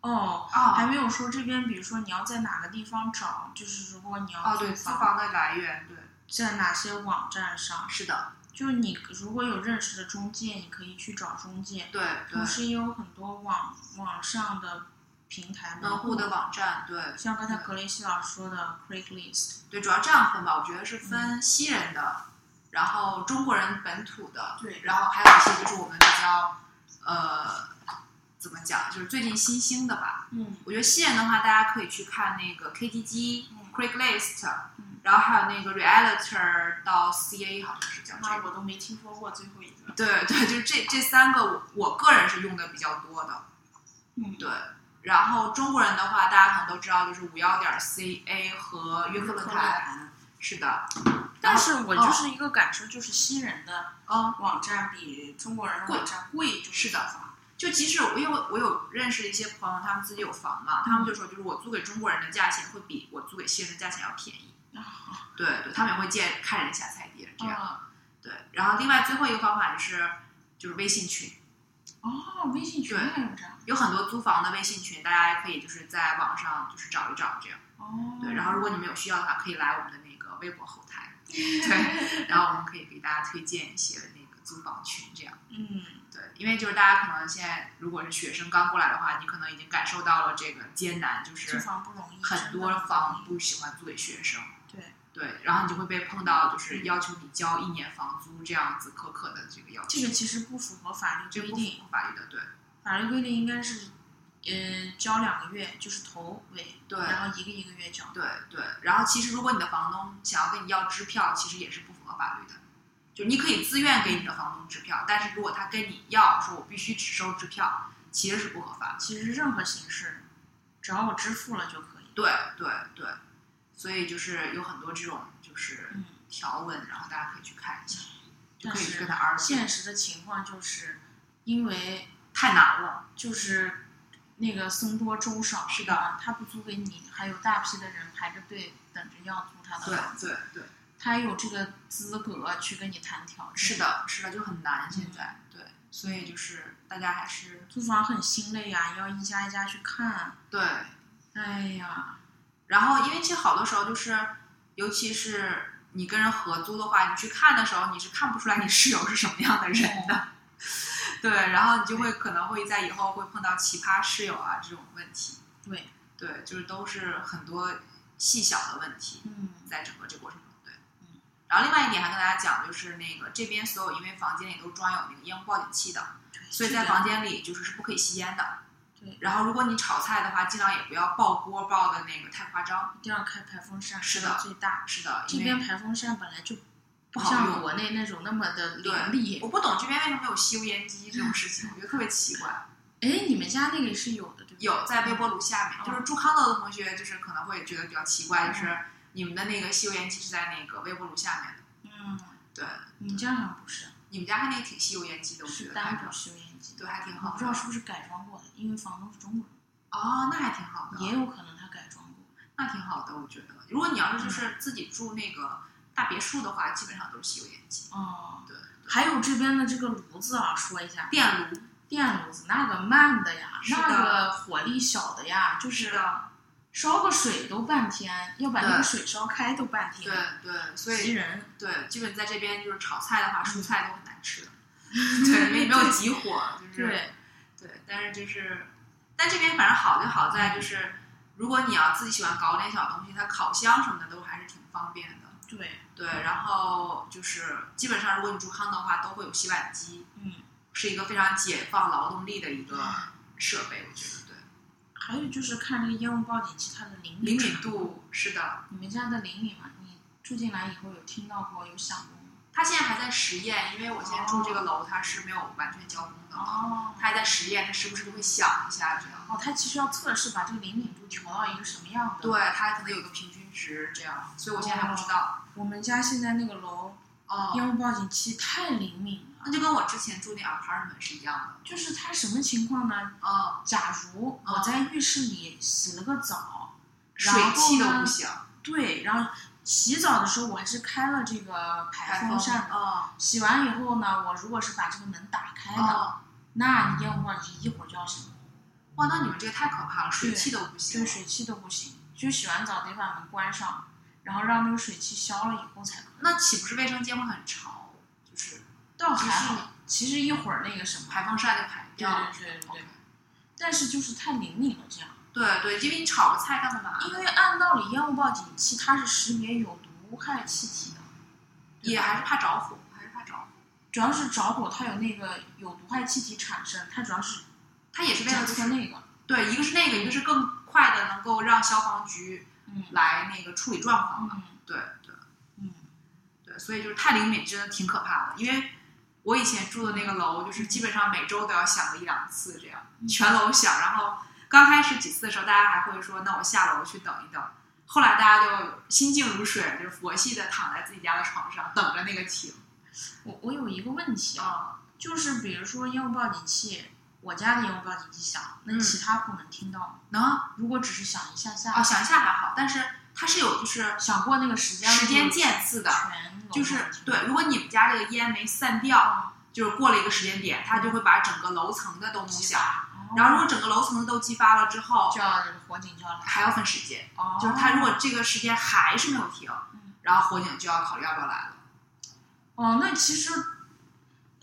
Speaker 5: 哦，
Speaker 4: 啊
Speaker 5: 还没有说这边，比如说你要在哪个地方找，就是如果你要
Speaker 4: 哦，对，
Speaker 5: 租
Speaker 4: 租
Speaker 5: 房，
Speaker 4: 房的来源，对，
Speaker 5: 在哪些网站上，
Speaker 4: 是的，
Speaker 5: 就是你如果有认识的中介，你可以去找中介，
Speaker 4: 对
Speaker 5: 同
Speaker 4: 对，
Speaker 5: 时也有很多网网上的平台
Speaker 4: 门户的
Speaker 5: 网，
Speaker 4: 网站，对
Speaker 5: 像刚才格雷西老师说的 Craigslist，
Speaker 4: 对，主要这样分吧，我觉得是
Speaker 5: 嗯
Speaker 4: 分西人的，然后中国人本土的，
Speaker 5: 对
Speaker 4: 然后还有一些就是我们比较呃怎么讲，就是最近新兴的吧，
Speaker 5: 嗯
Speaker 4: 我觉得西人的话，大家可以去看那个 KTG、
Speaker 5: 嗯
Speaker 4: Craigslist，、
Speaker 5: 嗯
Speaker 4: 然后还有那个 Realtor 到 CA 好像是叫这
Speaker 5: 那
Speaker 4: 个。
Speaker 5: 我都没听说过最后一个，
Speaker 4: 对对，就是这这三个我，我个人是用的比较多的。
Speaker 5: 嗯
Speaker 4: 对，然后中国人的话，大家可能都知道，就是五幺点 CA 和约克嗯论坛。
Speaker 5: 坛。
Speaker 4: 是的，
Speaker 5: 但是我就是一个感受，就是西人的
Speaker 4: 嗯，
Speaker 5: 网站比中国人的网站贵，就是
Speaker 4: 的就即使我因为我我有认识一些朋友，他们自己有房嘛，他们就说就是我租给中国人的价钱会比我租给西人的价钱要便宜。
Speaker 5: 啊，
Speaker 4: 对对，他们也会见看人下菜碟这样。
Speaker 5: 啊
Speaker 4: 对，然后另外最后一个方法就是就是微信群，
Speaker 5: 哦，微信
Speaker 4: 对
Speaker 5: 群还有这样
Speaker 4: 有很多租房的微信群，大家可以就是在网上就是找一找这样。
Speaker 5: 哦，
Speaker 4: 对，然后如果你们有需要的话，可以来我们的那个微博后
Speaker 5: <laughs>
Speaker 4: 台，对，然后我们可以给大家推荐一些那个租房群这样。
Speaker 5: 嗯，
Speaker 4: 对，因为就是大家可能现在如果是学生刚过来的话，你可能已经感受到了这个艰难，就
Speaker 5: 租
Speaker 4: 是
Speaker 5: 房不容易，
Speaker 4: 很
Speaker 5: 真的
Speaker 4: 多
Speaker 5: 容易
Speaker 4: 房不喜欢租给学生。
Speaker 5: 对嗯
Speaker 4: 对，然后你就会被碰到就是要求你交一年房租这样子苛刻的这个要求，
Speaker 5: 这个其实不符合法律
Speaker 4: 这
Speaker 5: 规
Speaker 4: 不符
Speaker 5: 定，
Speaker 4: 合法律的，对
Speaker 5: 法律规定应该是，呃，交两个月，就是头尾，
Speaker 4: 对
Speaker 5: 然后一个一个月交。
Speaker 4: 对对。然后其实如果你的房东想要跟你要支票，其实也是不符合法律的，就你可以自愿给你的房东支票，但是如果他跟你要说我必须只收支票，其实是不合法的。
Speaker 5: 其实任何形式，只要我支付了就可以。
Speaker 4: 对对对，所以就是有很多这种就是
Speaker 5: 嗯，
Speaker 4: 条文，然后大家可以去看一下，就
Speaker 5: 但
Speaker 4: 可以去
Speaker 5: 是
Speaker 4: 跟他 argue。
Speaker 5: 现实的情况就是，因为
Speaker 4: 太难了，
Speaker 5: 就是那个僧多粥少，
Speaker 4: 是的
Speaker 5: 啊，他不租给你，还有大批的人排着队等着要租他的
Speaker 4: 对
Speaker 5: 房，
Speaker 4: 对对，
Speaker 5: 他有这个资格去跟你谈条件。
Speaker 4: 是，的是的，就很难现在，对，所以就是大家还是
Speaker 5: 租房很心累呀、要一家一家去看。
Speaker 4: 对
Speaker 5: 哎呀，
Speaker 4: 然后，因为其实好多时候就是，尤其是你跟人合租的话，你去看的时候，你是看不出来你室友是什么样的人的。 <laughs> 对，然后你就会可能会在以后会碰到奇葩室友啊这种问题。
Speaker 5: 对，
Speaker 4: 对，就是都是很多细小的问题，
Speaker 5: 嗯
Speaker 4: 在整个这过程中，对
Speaker 5: 嗯。
Speaker 4: 然后另外一点还跟大家讲，就是那个这边所有因为房间里都装有那个烟雾报警器的，
Speaker 5: 对
Speaker 4: 所以
Speaker 5: 是
Speaker 4: 在
Speaker 5: 的
Speaker 4: 房间里就是是不可以吸烟的。
Speaker 5: 对
Speaker 4: 然后如果你炒菜的话，尽量也不要爆锅爆的那个太夸张。
Speaker 5: 一定要开排风扇，
Speaker 4: 是
Speaker 5: 开到
Speaker 4: 的
Speaker 5: 最大。
Speaker 4: 是的，
Speaker 5: 这
Speaker 4: 因为
Speaker 5: 边排风扇本来就
Speaker 4: 不
Speaker 5: 不
Speaker 4: 好
Speaker 5: 像
Speaker 4: 用
Speaker 5: 国内那种那么的
Speaker 4: 对
Speaker 5: 凌厉。
Speaker 4: 我不懂这边为什么有吸油烟机这种事情，我觉得特别奇怪。
Speaker 5: 哎，你们家那里是有的，对不对？
Speaker 4: 有在微波炉下面，
Speaker 5: 嗯
Speaker 4: 就是住康乐的同学，就是可能会觉得比较奇怪，就是你们的那个吸油烟机是在那个微波炉下面的。
Speaker 5: 嗯，
Speaker 4: 对，
Speaker 5: 你们家好像不是，
Speaker 4: 你们家还那个挺吸油烟机的，我觉
Speaker 5: 是
Speaker 4: 得
Speaker 5: 单
Speaker 4: 还
Speaker 5: 独
Speaker 4: 挺
Speaker 5: 收烟机。
Speaker 4: 对，还挺
Speaker 5: 我
Speaker 4: 好
Speaker 5: 不
Speaker 4: 的。
Speaker 5: 知道是不是改装过的，因为房东是中国人，
Speaker 4: 哦，那还挺好的，
Speaker 5: 也有可能他改装过。
Speaker 4: 那挺好的，我觉得。如果你要
Speaker 5: 嗯
Speaker 4: 是就是自己住那个大别墅的话，基本上都是吸油烟机。
Speaker 5: 哦，
Speaker 4: 对，
Speaker 5: 还有这边的这个炉子啊，说一下，
Speaker 4: 电炉
Speaker 5: 电炉子那个慢的呀，
Speaker 4: 是的
Speaker 5: 那个火力小的呀，就是是
Speaker 4: 的，
Speaker 5: 烧个水都半天，要把那
Speaker 4: 对
Speaker 5: 个水烧开都半天，
Speaker 4: 对对，所
Speaker 5: 急
Speaker 4: 以
Speaker 5: 人。
Speaker 4: 对，基本在这边就是炒菜的话，蔬菜都很难 <laughs> 吃的，对，因为没有急火，就是
Speaker 5: 对，
Speaker 4: 对，但是就是，但这边反正好就好在就是，如果你要自己喜欢搞点小东西，它烤箱什么的都还是挺方便的。
Speaker 5: 对，
Speaker 4: 对，然后就是基本上如果你住康的话，都会有洗碗机，
Speaker 5: 嗯，
Speaker 4: 是一个非常解放劳动力的一个设备，我觉得对。
Speaker 5: 还有就是看这个烟雾报警器它的灵
Speaker 4: 灵
Speaker 5: 敏
Speaker 4: 敏，度是的，
Speaker 5: 你们家的灵敏嘛，你住进来以后有听到过有响动吗？
Speaker 4: 它现在还在实验，因为我现在住这个楼它是没有完全交工的嘛，
Speaker 5: 哦
Speaker 4: 它还在实验，它时不时就会响一下这样。
Speaker 5: 哦，它其实要测试把这个灵敏度调到一个什么样的。
Speaker 4: 对，，它可能有个平均值这样，所以我现在还不知道。
Speaker 5: 我们家现在那个楼
Speaker 4: 哦，
Speaker 5: 烟雾报警器太灵敏了，
Speaker 4: 那就跟我之前住那 apartment 是一样
Speaker 5: 就是它什么情况呢？
Speaker 4: 的。哦，
Speaker 5: 假如我在浴室里洗了个澡，然
Speaker 4: 水
Speaker 5: 后
Speaker 4: 汽都
Speaker 5: 呢
Speaker 4: 不，行，
Speaker 5: 对，然后洗澡的时候我还是开了这个排
Speaker 4: 排
Speaker 5: 风
Speaker 4: 风
Speaker 5: 扇的。
Speaker 4: 哦
Speaker 5: 洗完以后呢，我如果是把这个门打开的，
Speaker 4: 哦，
Speaker 5: 那烟雾报警器一会儿就要响，
Speaker 4: 哇，那你们这个太可怕了，水
Speaker 5: 对
Speaker 4: 汽都不
Speaker 5: 就是
Speaker 4: 行。
Speaker 5: 水汽都不行，就洗完澡得把门关上，然后让那个水汽消了以后才可以。
Speaker 4: 那岂不是卫生间会很潮？就是
Speaker 5: 倒
Speaker 4: 其
Speaker 5: 还
Speaker 4: 实
Speaker 5: 好，其实一会儿那个什么，
Speaker 4: 排风扇就排
Speaker 5: 对
Speaker 4: 掉了。
Speaker 5: 对对对对
Speaker 4: OK，
Speaker 5: 但是就是太灵敏了这样。
Speaker 4: 对对，因为你炒个菜干嘛？
Speaker 5: 因为按道理烟雾报警器它是识别有毒无害气体的，
Speaker 4: 也还是怕着火，还是怕着火。
Speaker 5: 主要是着火，它有那个有毒害气体产生，它主要是
Speaker 4: 它也是为了
Speaker 5: 检
Speaker 4: 就是
Speaker 5: 测那个，
Speaker 4: 对，一个是那个，一个是更快的能够让消防局
Speaker 5: 嗯
Speaker 4: 来那个处理状况嘛。
Speaker 5: 嗯
Speaker 4: 对对
Speaker 5: 嗯，
Speaker 4: 对，所以就是太灵敏真的挺可怕的，因为我以前住的那个楼就是基本上每周都要响个一两次这样，
Speaker 5: 嗯
Speaker 4: 全楼响。然后刚开始几次的时候，大家还会说那我下楼去等一等。后来大家就心静如水，就是佛系的躺在自己家的床上等着那个停。
Speaker 5: 我我有一个问题啊，
Speaker 4: 啊、
Speaker 5: 就是比如说烟雾报警器，我家的烟雾报警器响，那
Speaker 4: 嗯
Speaker 5: 其他部门听到吗？
Speaker 4: 能啊、
Speaker 5: 如果只是响一下下，
Speaker 4: 想一下还好，但是它是有就是
Speaker 5: 想过那个时间
Speaker 4: 时间渐次的，
Speaker 5: 全楼
Speaker 4: 就是
Speaker 5: 听到
Speaker 4: 对，如果你们家这个烟没散掉，
Speaker 5: 哦
Speaker 4: 就是过了一个时间点，它就会把整个楼层的都弄响。
Speaker 5: 哦
Speaker 4: 然后如果整个楼层都激发了之后，
Speaker 5: 就要火警就要来，
Speaker 4: 还要分时间，
Speaker 5: 哦
Speaker 4: 就是它如果这个时间还是没有停
Speaker 5: 嗯，
Speaker 4: 然后火警就要考虑要不要来了。
Speaker 5: 哦，那其实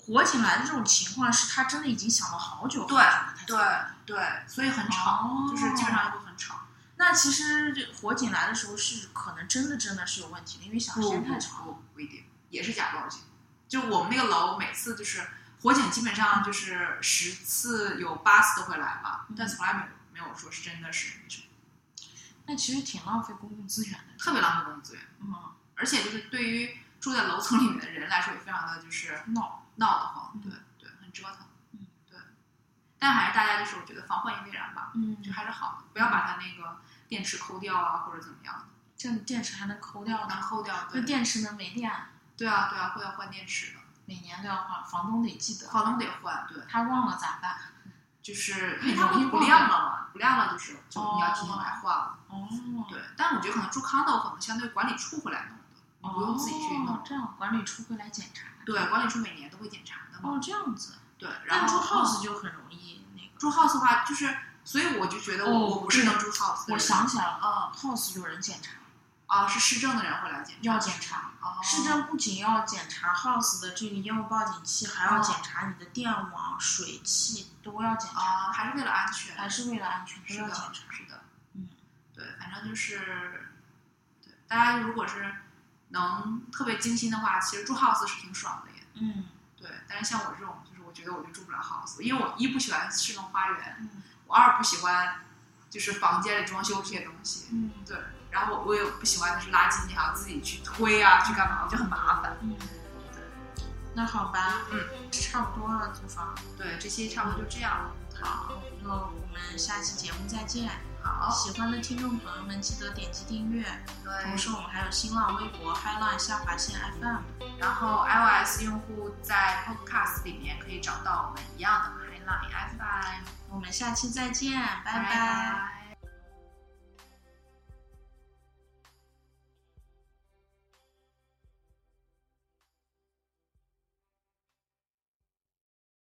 Speaker 5: 火警来的这种情况是他真的已经想了好久，
Speaker 4: 对
Speaker 5: 好久了他才
Speaker 4: 对
Speaker 5: 想到
Speaker 4: 对，所以很吵，
Speaker 5: 哦
Speaker 4: 就是基本上就会很吵。
Speaker 5: 那其实这火警来的时候是可能真的真的是有问题的，因为响时间太长了。
Speaker 4: 不不一定，也是假报警。就我们那个楼每次就是火警，基本上就是十次有八次都会来吧，
Speaker 5: 嗯
Speaker 4: 但从来没有没有说是真的是那什么，
Speaker 5: 那其实挺浪费公共资源的。
Speaker 4: 特别浪费公共资源。
Speaker 5: 嗯，
Speaker 4: 而且就是对于住在楼层里面的人来说，也非常的就是
Speaker 5: 闹
Speaker 4: 闹得慌，
Speaker 5: 嗯
Speaker 4: 对对，很折腾，
Speaker 5: 嗯
Speaker 4: 对。但还是大家就是我觉得防患于未然吧，
Speaker 5: 嗯，
Speaker 4: 就还是好的，不要把它那个电池抠掉啊，或者怎么样的，
Speaker 5: 这样电池还能抠掉
Speaker 4: 能
Speaker 5: 呢？
Speaker 4: 抠掉，
Speaker 5: 那
Speaker 4: 对
Speaker 5: 电池能没电，
Speaker 4: 对啊对啊，会要换电池的，
Speaker 5: 每年都要换，房东得记得。
Speaker 4: 房东得换，对，
Speaker 5: 他忘了咋办？
Speaker 4: 就是因为
Speaker 5: 很
Speaker 4: 它
Speaker 5: 容
Speaker 4: 会
Speaker 5: 易
Speaker 4: 不
Speaker 5: 忘
Speaker 4: 亮了嘛，不亮了就是就
Speaker 5: 哦
Speaker 4: 你要提前来换了，
Speaker 5: 哦，
Speaker 4: 对。但我觉得可能住康的可能相对管理处会来弄的，你不用自己去
Speaker 5: 哦
Speaker 4: 弄，
Speaker 5: 这样管理处会来检查。
Speaker 4: 对，管理处每年都会检查的嘛，
Speaker 5: 哦，这样子。
Speaker 4: 对。然
Speaker 5: 但住
Speaker 4: 后嗯
Speaker 5: house 就很容易那个。
Speaker 4: 住 house 的话，就是，所以我就觉得我、
Speaker 5: 哦
Speaker 4: 我不是能住 house 的人。
Speaker 5: 我想起来了
Speaker 4: 啊
Speaker 5: ，house 有人检查，
Speaker 4: 啊，是市政的人会来检查，
Speaker 5: 要检查。
Speaker 4: 哦，
Speaker 5: 市政不仅要检查 house 的这个烟雾报警器，还要
Speaker 4: 哦
Speaker 5: 检查你的电网、水汽都要检查，
Speaker 4: 啊，还是为了安全，
Speaker 5: 还是为了安全都
Speaker 4: 是
Speaker 5: 要
Speaker 4: 的
Speaker 5: 检查。，
Speaker 4: 是的，
Speaker 5: 嗯，
Speaker 4: 对，反正就是，对大家如果是能特别精心的话，其实住 house 是挺爽的也。
Speaker 5: 嗯
Speaker 4: 对，但是像我这种，就是我觉得我就住不了 house，因为我一不喜欢市中花园，
Speaker 5: 嗯
Speaker 4: 我二不喜欢就是房间里装修这些东西，
Speaker 5: 嗯
Speaker 4: 对，然后我我也不喜欢就是垃圾你还要自己去推啊，去干嘛，我就很麻烦。
Speaker 5: 嗯，那好吧，
Speaker 4: 嗯，
Speaker 5: 差不多了，租房。
Speaker 4: 对，这期差不多就这样了。好，
Speaker 5: 那我们下期节目再见。
Speaker 4: 好，
Speaker 5: 喜欢的听众朋友们，记得点击订阅。同
Speaker 4: 对，
Speaker 5: 时，我们还有新浪微博 Highline 下划线 FM。
Speaker 4: 然后 iOS 用户在 Podcast 里面可以找到我们一样的 Highline FM，
Speaker 5: 我们下期再见，拜
Speaker 4: 拜
Speaker 5: 拜
Speaker 4: 拜。